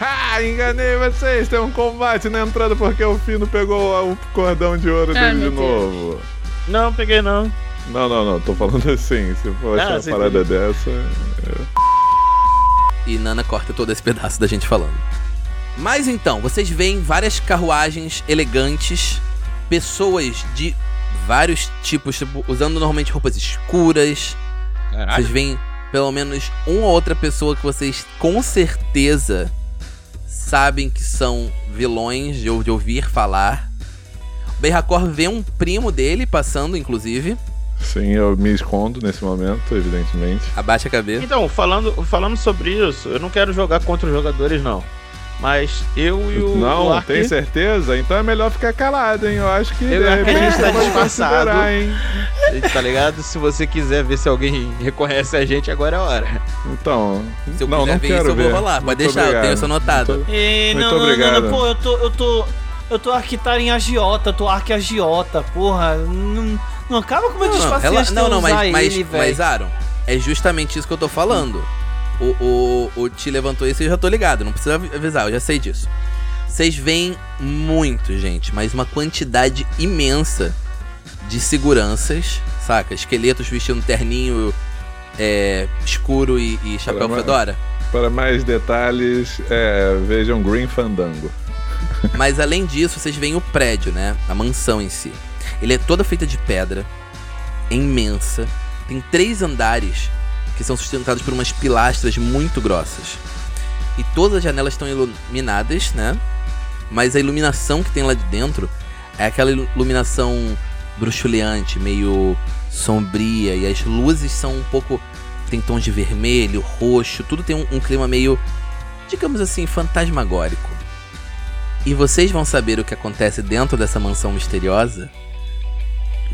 ah, enganei vocês. Tem um combate na entrada porque o Fino pegou o cordão de ouro Ai, dele de meu Deus. novo. É. Não, peguei não. Não, não, não. Tô falando assim. Se for Ah, achar uma sim, parada dessa. E Nana corta todo esse pedaço da gente falando. Mas então, vocês veem várias carruagens elegantes, pessoas de vários tipos, tipo, usando normalmente roupas escuras. Vocês veem pelo menos uma ou outra pessoa que vocês com certeza sabem que são vilões de, ou- de ouvir falar. O Berracor vê um primo dele passando, inclusive. Sim, eu me escondo nesse momento, evidentemente. Abaixa a cabeça. Então, falando, falando sobre isso, eu não quero jogar contra os jogadores, não. Mas eu e o. Não, o Ark- tem certeza? Então é melhor ficar calado, hein? Eu acho que Eu e o Ark, a gente tá pode disfarçado. considerar, hein? Tá ligado? Se você quiser ver se alguém reconhece a gente, agora é a hora. Então. Se eu não, quiser não ver quero isso, eu ver. vou rolar. Pode Muito deixar, eu obrigado. tenho isso anotado. Muito- Ei, Muito não, não, não, obrigado. não, pô, eu tô. Eu tô. Eu tô arquitar em agiota, tô arque agiota, porra. Não, não acaba com o Não, meu não, disfarce rela- de não, eu não, usar mas, mas, ele, mas, velho. Aaron, é justamente isso que eu tô falando. O, o, o te levantou isso e eu já tô ligado, não precisa av- avisar, eu já sei disso. Vocês veem muito, gente, mas uma quantidade imensa de seguranças, saca? Esqueletos vestindo terninho é, escuro e, e chapéu Caramba. fedora. Então, Para mais detalhes, é, vejam Green Fandango. Mas além disso, vocês veem o prédio, né? A mansão em si. Ele é toda feita de pedra, é imensa. Tem três andares que são sustentados por umas pilastras muito grossas. E todas as janelas estão iluminadas, né? Mas a iluminação que tem lá de dentro é aquela ilu- iluminação bruxuleante, meio sombria. E as luzes são um pouco. Tem tons de vermelho, roxo, tudo tem um- um clima meio, digamos assim, fantasmagórico. E vocês vão saber o que acontece dentro dessa mansão misteriosa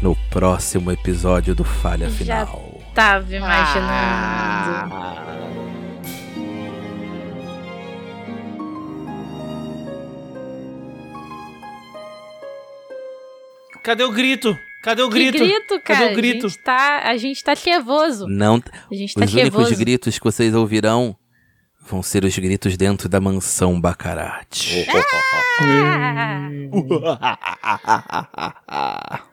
no próximo episódio do Falha Já- Final. Tava Ah. imaginando. Cadê o grito? Cadê o Que grito? grito, cara. Cadê o grito? A, gente tá, a gente tá trevoso. Não, A gente tá os únicos trevoso. gritos que vocês ouvirão vão ser os gritos dentro da mansão Bacarate. Ah!